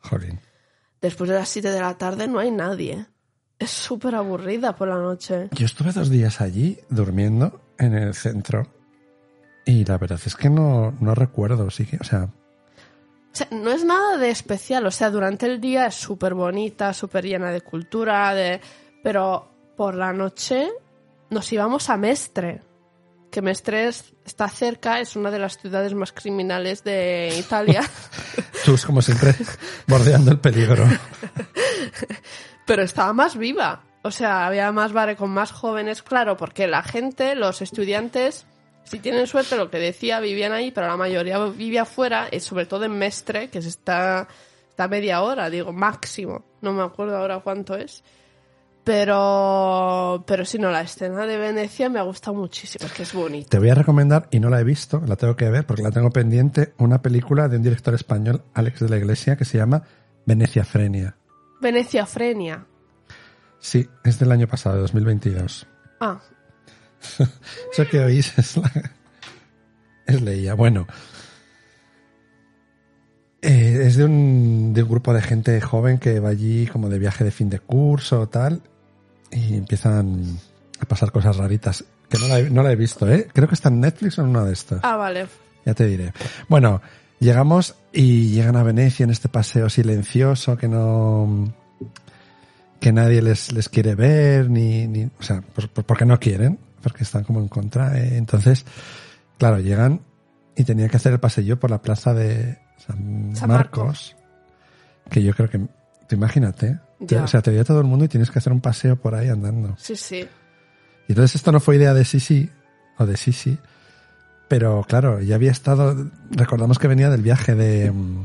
Jolín. Después de las 7 de la tarde no hay nadie. Es súper aburrida por la noche. Yo estuve dos días allí durmiendo en el centro y la verdad es que no, no recuerdo, sí que, o sea, O sea, no es nada de especial. O sea, durante el día es súper bonita, súper llena de cultura, de... pero por la noche nos íbamos a Mestre. Que Mestre es- está cerca, es una de las ciudades más criminales de Italia, tú es como siempre bordeando el peligro. pero estaba más viva. O sea, había más bares con más jóvenes, claro, porque la gente, los estudiantes, si tienen suerte, lo que decía, vivían ahí, pero la mayoría vivía afuera, y sobre todo en Mestre, que se está, está a media hora, digo, máximo. No me acuerdo ahora cuánto es. Pero, pero si no, la escena de Venecia me ha gustado muchísimo, es que es bonita. Te voy a recomendar, y no la he visto, la tengo que ver porque la tengo pendiente, una película de un director español, Alex de la Iglesia, que se llama Veneciafrenia. Venecia Frenia. Sí, es del año pasado, 2022. Ah, Eso que oís es, la- es leía. Bueno, Eh, es de un, de un grupo de gente joven que va allí como de viaje de fin de curso o tal y empiezan a pasar cosas raritas. Que no la he, no la he visto, ¿eh? Creo que está en Netflix o en una de estas. ah, vale. Ya te diré. Bueno, llegamos y llegan a Venecia en este paseo silencioso que no. que nadie les, les quiere ver, ni. ni- o sea, pues, pues porque no quieren, porque están como en contra. eh. Entonces, claro, llegan y tenían que hacer el paseo por la plaza de San, San Marcos, que yo creo que. Tú imagínate. te- Ya. o sea, te odia todo el mundo y tienes que hacer un paseo por ahí andando. Sí, sí. Y entonces esto no fue idea de Sisi, o de Sisi, pero claro, ya había estado, recordamos que venía del viaje de... mm,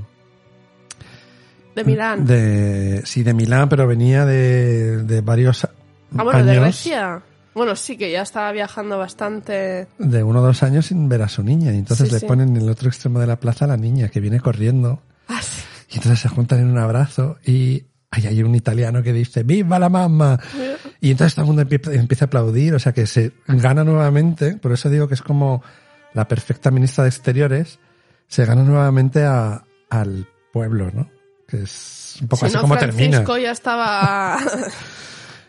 De Milán. De, sí, de Milán, pero venía de, de varios a- ah, bueno, años, de Grecia. Bueno, sí, que ya estaba viajando bastante. de uno o dos años sin ver a su niña. Y entonces Sí, le sí. ponen en el otro extremo de la plaza a la niña que viene corriendo. Ah, sí. Y entonces se juntan en un abrazo y ahí hay un italiano que dice ¡Viva la mamá! Y entonces todo el mundo empie- empieza a aplaudir, o sea que se gana nuevamente, por eso digo que es como la perfecta ministra de Exteriores, se gana nuevamente a- al pueblo, ¿no? Que es un poco si así no, como Francisco termina. ya estaba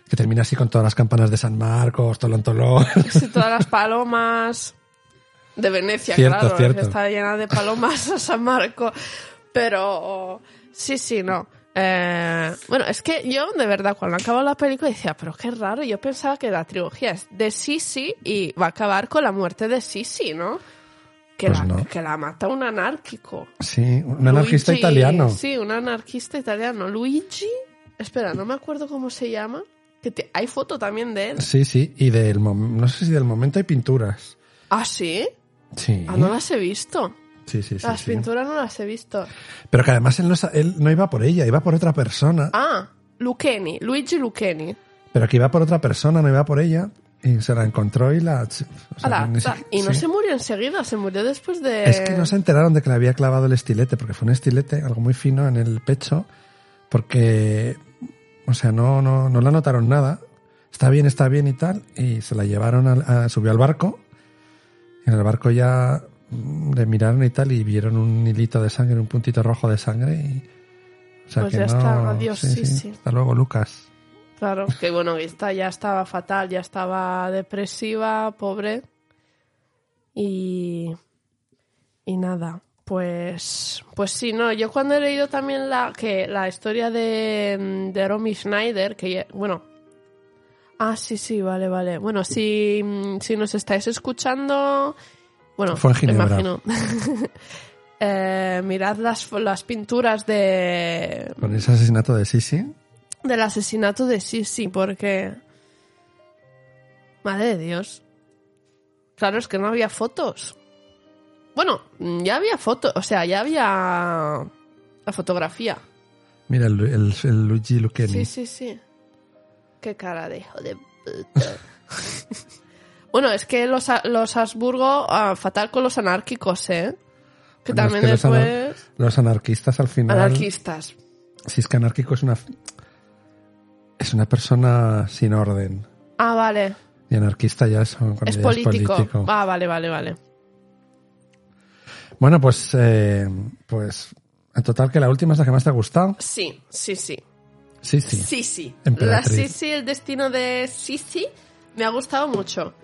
Que termina así con todas las campanas de San Marcos, tolón tolón. sí, todas las palomas de Venecia, Cierto, claro, cierto. que está llena de palomas a San Marco, pero sí, sí, no. Eh, bueno, es que yo de verdad cuando acabo la película decía, pero qué raro, yo pensaba que la trilogía es de Sisi y va a acabar con la muerte de Sisi, ¿no? Que, Pues la, no. que la mata un anárquico. Sí, un anarquista Luigi- italiano. Sí, un anarquista italiano. Luigi. Espera, no me acuerdo cómo se llama. Que te- hay foto también de él. Sí, sí, y del mom- no sé si del momento hay pinturas. ¿Ah, sí? Sí, Ah, no las he visto. sí, ¿Eh? sí, sí, las sí. pinturas no las he visto. Pero que además él no, sa- él no iba por ella, iba por otra persona. Ah, Lucheni. Luigi Lucheni. Pero que iba por otra persona, no iba por ella. Y se la encontró y la... o sea, Ala, ni ta- si- y no sí. se murió enseguida, se murió después de... Es que no se enteraron de que le había clavado el estilete, porque fue un estilete, algo muy fino en el pecho, porque... O sea, no, no, no la notaron nada. Está bien, está bien y tal. Y se la llevaron, al- a- subió al barco. En el barco ya mm, le miraron y tal y vieron un hilito de sangre, un puntito rojo de sangre y... O sea Pues que ya no- está, adiós, sí, sí. Hasta luego, Lucas. Claro, que bueno, que está, ya estaba fatal, ya estaba depresiva, pobre. Y. Y nada. Pues. Pues sí, no. Yo cuando he leído también la, que, la historia de, de Romy Schneider, que ya- bueno. Ah, sí, sí, vale, vale. Bueno, si, si nos estáis escuchando. Bueno, Fue en Ginebra. imagino. eh, mirad las, fo- las pinturas de, Con ese asesinato de Sisi. del asesinato de Sisi, porque... Madre de Dios. Claro, es que no había fotos. Bueno, ya había fotos, o sea, ya había la fotografía. Mira, el, el- el Luigi Lucchini. Sí, sí, sí. Qué cara de hijo de puta. bueno, es que los, a- los Habsburgo, ah, fatal con los anárquicos, ¿eh? Que Bueno, es también que los anar- después... Los anarquistas al final. Anarquistas. Si es que anárquico es una. Es una persona sin orden. Ah, vale. Y anarquista ya es, cuando Es ya político. Ah, vale, vale, vale. Bueno, pues. eh, pues. En total, que la última es la que más te ha gustado. Sí, sí, sí. Sí, sí. Sí, sí. La Emperatriz. Sisi, el destino de Sisi, me ha gustado mucho.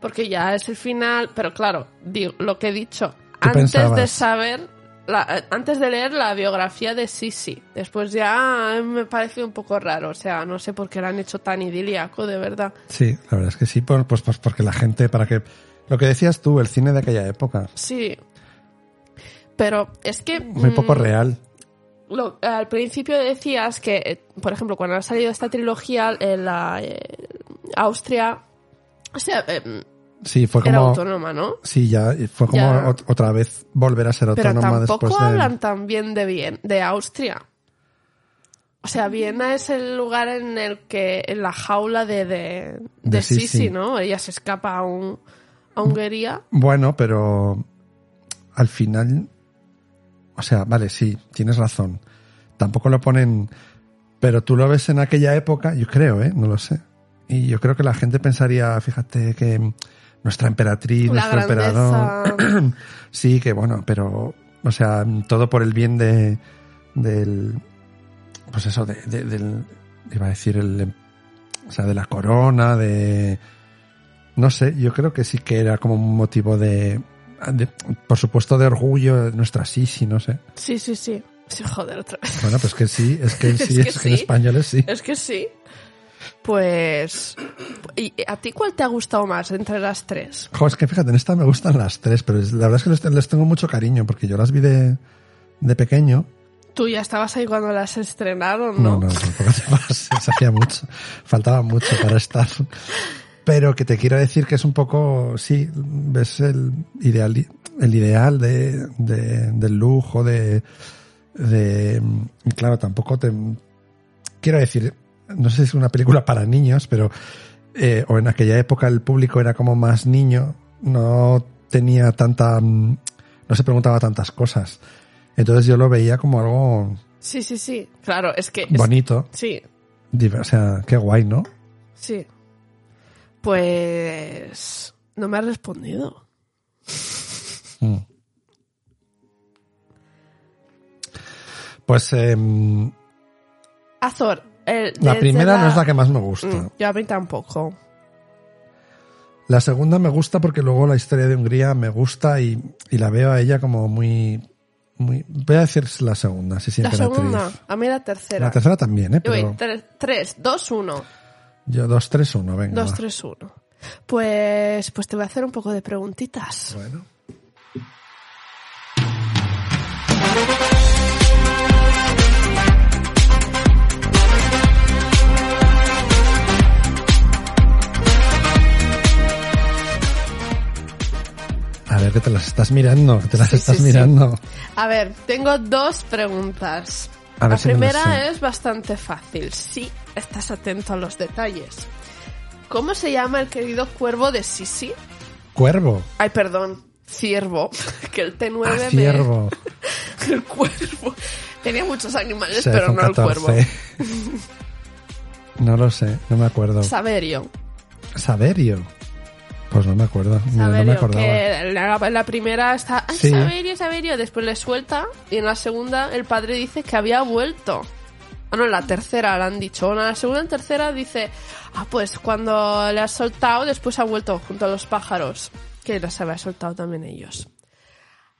Porque ya es el final, pero claro, digo, lo que he dicho, antes de pensabas? saber, la- eh, antes de leer la biografía de Sisi, después ya eh, me parece un poco raro, o sea, no sé por qué lo han hecho tan idíliaco, de verdad. Sí, la verdad es que sí, por- pues, pues porque la gente, para que... Lo que decías tú, el cine de aquella época, Sí. Pero es que... muy poco mm, real. lo- al principio decías que, eh, por ejemplo, cuando ha salido esta trilogía, eh, la, eh, Austria... O sea, eh, Sí, fue era como... autónoma, ¿no? Sí, ya eh, fue como Ya. ot- otra vez volver a ser Pero autónoma tampoco después de... hablan tan bien de, bien de Austria. O sea, Viena es el lugar en el que, en la jaula de, de, de De Sisi. Sisi, ¿no? Ella se escapa a, un, a Hungría. Bueno, pero al final... O sea, vale, sí, tienes razón. Tampoco lo ponen... Pero tú lo ves en aquella época, yo creo, ¿eh? No lo sé. Y yo creo que la gente pensaría, fíjate que mm, nuestra emperatriz, La nuestro emperador... grandeza. Sí, que bueno, pero, o sea, todo por el bien de, del, pues eso, de, de- del, iba a decir, el, o sea, de la corona, de, no sé, yo creo que sí que era como un motivo de, de- por supuesto, de orgullo, de nuestra Sisi, no sé. Sí, sí, sí. Sí, joder, otra vez. Bueno, pues que sí, es que sí, es, que que, en sí. españoles sí. Es que sí. Pues. ¿Y a ti cuál te ha gustado más entre las tres? Jo, es que fíjate, en esta me gustan las tres, pero es- la verdad es que les, les tengo mucho cariño, porque yo las vi de, de pequeño. Tú ya estabas ahí cuando las estrenaron, No, ¿no? no, tampoco hace más. Se hacía mucho. Faltaba mucho para estar. Pero que te quiero decir que es un poco, sí, ves el ideal, el ideal de, de- del lujo, de, de, y claro, tampoco te, quiero decir, no sé si es una película para niños, pero, eh, o en aquella época el público era como más niño, no tenía tanta, mm, no se preguntaba tantas cosas. Entonces yo lo veía como algo Sí, sí, sí. Claro, es que. es- bonito. sí, Div- O sea, qué guay, ¿no? Sí. Pues. No me has respondido. Mm. Pues em, Azor. el- la desde primera no es la que más me gusta. Mm, yo a mí tampoco. La segunda me gusta porque luego la historia de Hungría me gusta y, y la veo a ella como muy, muy... Voy a decir la segunda, si La siempre segunda. A mí la tercera. La tercera también, ¿eh? Yo voy, Pero tre- tres, dos, uno. yo dos, tres, uno, venga. Dos, va. tres, uno. Pues, pues te voy a hacer un poco de preguntitas. Bueno. A ver, que te las estás mirando, que te las Sí, sí, estás sí. mirando. A ver, tengo dos preguntas. A ver la si me las primera sé. es bastante fácil. Si estás atento a los detalles. ¿Cómo se llama el querido cuervo de Sisi? Cuervo. Ay, perdón, ciervo. Que el T9 Ah, me- ciervo. El cuervo. Tenía muchos animales, Se pero hizo un no el cuervo. 14. No lo sé, no me acuerdo. Saberio. Saberio. Pues no me acuerdo. mira, no me Saberio, acordaba. que la, la primera está. Ay, Sí. Saberio, Saberio. Después le suelta. Y en la segunda, el padre dice que había vuelto. Ah, no, en la tercera le han dicho. En la segunda, en tercera dice. Ah, pues cuando le ha soltado, después ha vuelto junto a los pájaros. Que las había soltado también ellos.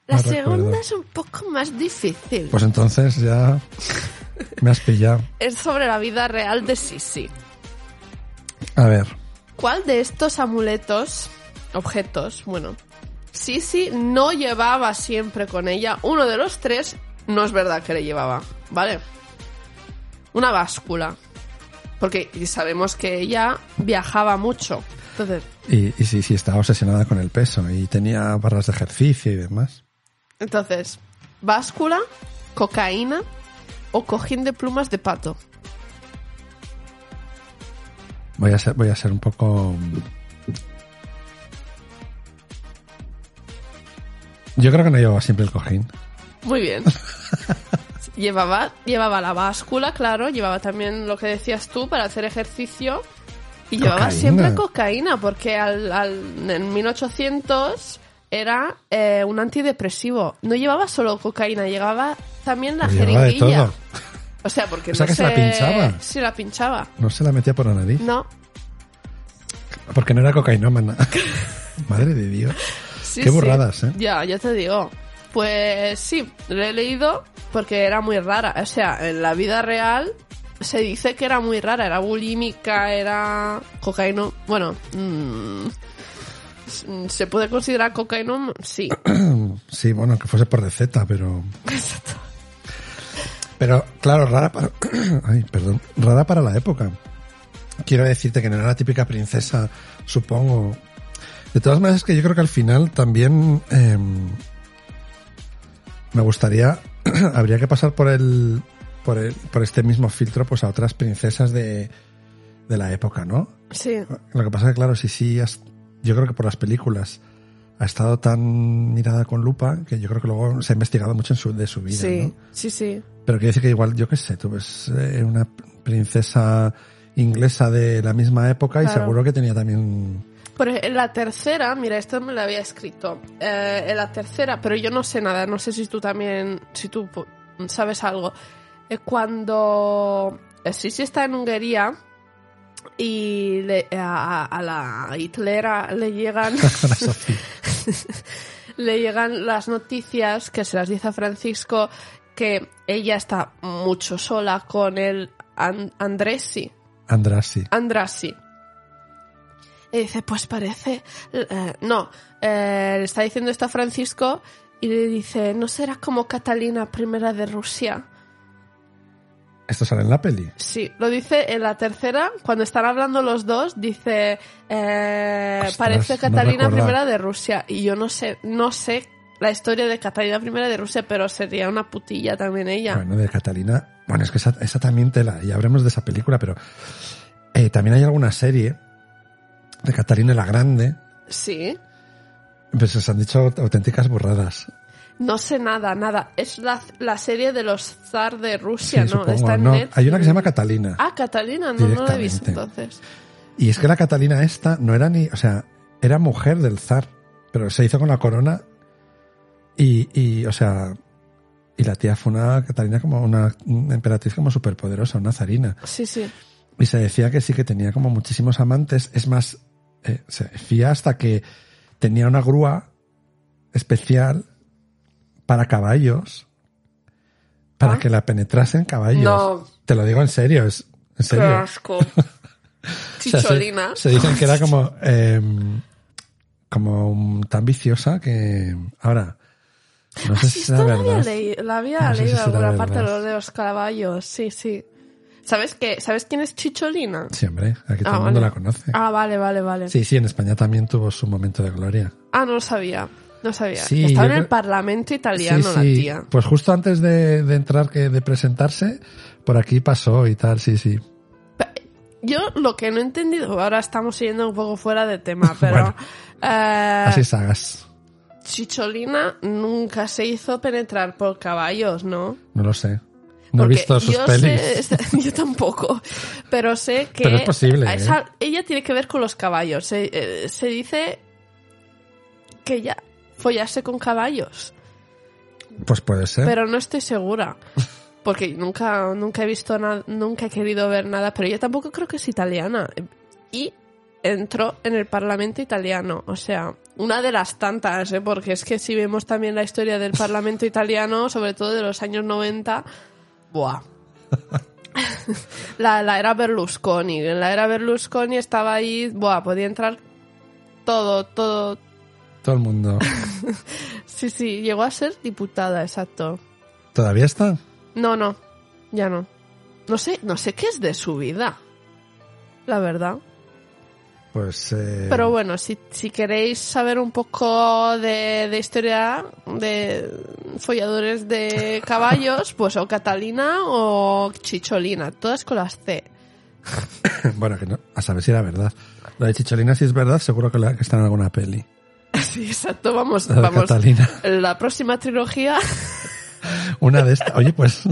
La No segunda recuerdo. es un poco más difícil. Pues entonces ya me has pillado. Es sobre la vida real de Sisi. A ver. ¿Cuál de estos amuletos, objetos, bueno, Sisi no llevaba siempre con ella. Uno de los tres no es verdad que le llevaba, ¿vale? Una báscula. Porque sabemos que ella viajaba mucho. Entonces, Y, y sí, sí, estaba obsesionada con el peso y tenía barras de ejercicio y demás. entonces báscula, cocaína o cojín de plumas de pato. Voy a ser, voy a ser un poco... mm, Yo creo que no llevaba siempre el cojín. Muy bien. llevaba, llevaba la báscula, claro, llevaba también lo que decías tú para hacer ejercicio. Y llevaba Cocaína. siempre cocaína, porque al, al- en 1800 era eh, un antidepresivo. No llevaba solo cocaína, llevaba también la Pues llevaba de jeringuilla. todo. O sea, porque O sea no que se la pinchaba. Sí, la pinchaba. No se la metía por la nariz. No. Porque no era cocainómana. Madre de Dios. Sí, Qué sí. burradas, ¿eh? Ya, ya te digo. Pues sí, lo he leído porque era muy rara. O sea, en la vida real se dice que era muy rara. Era bulímica, era cocaíno. Bueno, mm, s- ¿se puede considerar cocaíno? Sí. Sí, bueno, que fuese por receta, pero... Pero, claro, rara para... Ay, perdón. Rara para la época. Quiero decirte que no era la típica princesa, supongo. De todas maneras, es que yo creo que al final también... eh, me gustaría... habría que pasar por el, por el... Por este mismo filtro, pues a otras princesas de... De la época, ¿no? Sí. Lo que pasa es que, claro, sí, sí, has- yo creo que por las películas ha estado tan mirada con lupa que yo creo que luego se ha investigado mucho en su, de su vida. sí, ¿no? sí, sí. Pero quiere decir que igual, yo qué sé, tú ves eh, una princesa inglesa de la misma época y Claro. seguro que tenía también... Por ej- en la tercera, mira, esto me lo había escrito. Eh, en la tercera, pero yo no sé nada, no sé si tú también, si tú po- sabes algo. Eh, cuando eh, Sisi está en Hungría y le- a, a la hitlera le llegan, Para Sofía. le llegan las noticias que se las dice a Francisco que ella está mucho sola con el An- Andresi, Andrassi. Andrasi. Y dice, pues parece... eh, no, eh, le está diciendo esto a Francisco y le dice, ¿no será como Catalina I de Rusia? Esto sale en la peli. Sí, lo dice en la tercera, cuando están hablando los dos, dice, eh, Ostras, parece no Catalina recordaba. I de Rusia. Y yo no sé, no sé la historia de Catalina I de Rusia, pero sería una putilla también ella. Bueno, de Catalina. Bueno, es que esa, esa también tela. Y habremos de esa película, pero eh, también hay alguna serie de Catalina la Grande. Sí. Pues se han dicho auténticas borradas. No sé nada, nada. Es la, la serie de los zar de Rusia, Sí, ¿no? supongo, Está en no. Netflix. Hay una que se llama Catalina. Ah, Catalina, no, no la he visto Directamente. entonces. Y es que la Catalina esta no era ni, o sea, era mujer del zar, pero se hizo con la corona y, y o sea, y la tía fue una Catalina como una emperatriz como superpoderosa, una zarina. Sí, sí. Y se decía que sí que tenía como muchísimos amantes, es más, eh, se fía hasta que tenía una grúa especial para caballos, para Ah. que la penetrasen caballos. No. Te lo digo en serio, es en Qué serio. asco. O sea, se- Chicholina. se, dicen que era como, eh, como tan viciosa que ahora no sé si Ah, Sí, será esto la había, verdad. Ah, leído, la había No sé si leído en será alguna verdad. parte de los, de los caballos, sí, sí. ¿Sabes qué? ¿Sabes quién es Chicholina? Sí, hombre, aquí todo Ah, el vale. mundo la conoce. Ah, vale, vale, vale. Sí, sí, en España también tuvo su momento de gloria. Ah, no lo sabía. No sabía. Sí, Estaba yo en el creo- Parlamento italiano sí, la sí. tía. Pues justo antes de, de entrar, que de presentarse, por aquí pasó y tal, sí, sí. Yo lo que no he entendido, ahora estamos yendo un poco fuera de tema, pero Bueno. eh, Así sagas. Chicholina nunca se hizo penetrar por caballos, ¿no? No lo sé. No Porque he visto sus yo pelis. sé- yo tampoco, pero sé que Pero es posible, ¿eh? esa- ella tiene que ver con los caballos. Se, eh, se dice que ella follase con caballos, Pues puede ser. pero no estoy segura. Porque nunca, nunca he visto nada, nunca he querido ver nada, pero ella tampoco creo que es italiana. Y entró en el Parlamento italiano, o sea, una de las tantas, ¿eh? porque es que si vemos también la historia del Parlamento italiano, sobre todo de los años 90, ¡buah! la, la era Berlusconi, en la era Berlusconi estaba ahí, ¡buah! Podía entrar todo, todo, Todo el mundo. Sí, sí, llegó a ser diputada, exacto. ¿Todavía está? No, no, ya no. No sé, no sé qué es de su vida, la verdad. Pues. eh, Pero bueno, si, si queréis saber un poco de, de historia de folladores de caballos, pues o Catalina o Chicholina, todas con las C. Bueno, que no, a saber si era verdad. Lo de Chicholina, si es verdad, seguro que, la- que está en alguna peli. Sí, exacto, vamos, Lo de vamos. Catalina. La próxima trilogía Una de estas. Oye, pues.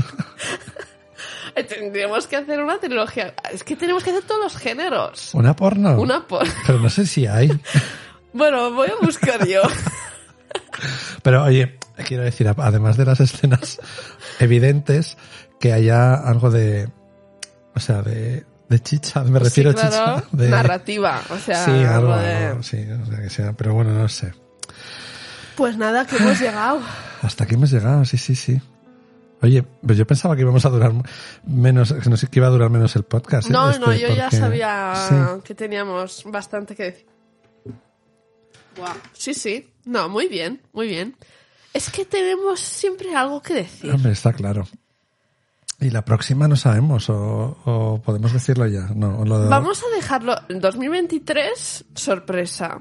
tendríamos que hacer una trilogía. Es que tenemos que hacer todos los géneros. Una porno. Una por. Pero no sé si hay. Bueno, voy a buscar yo. Pero oye, quiero decir, además de las escenas evidentes, que haya algo de. O sea, de, de chicha, me refiero Sí, claro, a chicha. De, narrativa, o sea, Sí, algo, algo de- algo, sí, o sea, que sea. Pero bueno, no sé. Pues nada, que hemos llegado. Hasta aquí hemos llegado, sí, sí, sí. Oye, pues yo pensaba que íbamos a durar menos, que no sé, que iba a durar menos el podcast. ¿eh? No, Este, no, yo ya porque- sabía Sí. que teníamos bastante que decir. Guau, Sí, sí. No, muy bien, muy bien. Es que tenemos siempre algo que decir. Hombre, está claro. Y la próxima no sabemos, o, o podemos decirlo ya. No, o lo- Vamos a dejarlo. en 2023, sorpresa.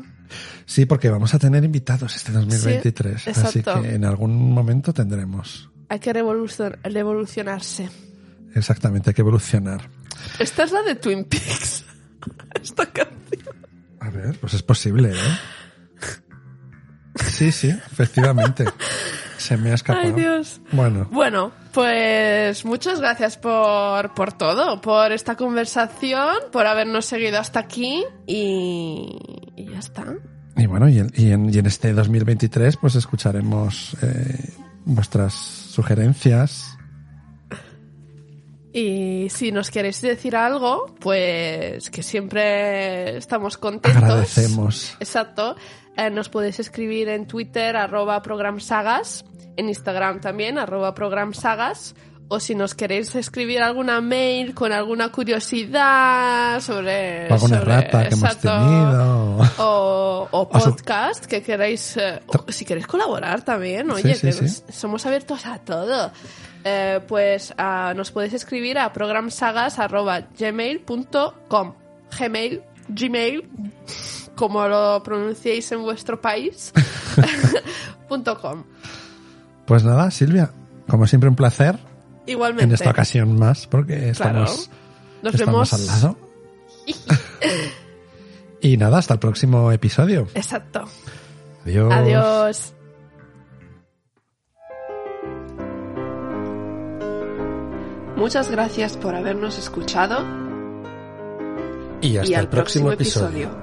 Sí, porque vamos a tener invitados este 2023. Sí, así exacto. que en algún momento tendremos. Hay que revolucion- revolucionarse. Exactamente, hay que evolucionar. Esta es la de Twin Peaks. Esta canción. A ver, pues es posible, ¿eh? Sí, sí, efectivamente. Se me ha escapado. Ay, Dios. Bueno, Bueno, pues muchas gracias por, por todo, por esta conversación, por habernos seguido hasta aquí y, y ya está. y bueno, y, en- y en, y en este 2023 pues escucharemos eh, vuestras sugerencias. Y si nos queréis decir algo, pues que siempre estamos contentos. Agradecemos. Exacto. Eh, nos podéis escribir en Twitter, arroba programsagas, en Instagram también, arroba programsagas. O si nos queréis escribir alguna mail con alguna curiosidad sobre... O alguna Eh, sobre- rata que hemos exacto. tenido. O, o O su- podcast que queréis... eh, o si queréis colaborar también, Sí, oye, sí, que sí. nos- somos abiertos a todo. Eh, pues ah, nos podéis escribir a programsagas.gmail.com Gmail, Gmail, como lo pronunciéis en vuestro país, punto .com. Pues nada, Silvia, como siempre un placer Igualmente. en esta ocasión más porque Claro. estamos, Nos estamos vemos. al lado. y nada, hasta el próximo episodio. Exacto. Adiós. Adiós. Muchas gracias por habernos escuchado Y hasta y al el próximo, próximo episodio. episodio.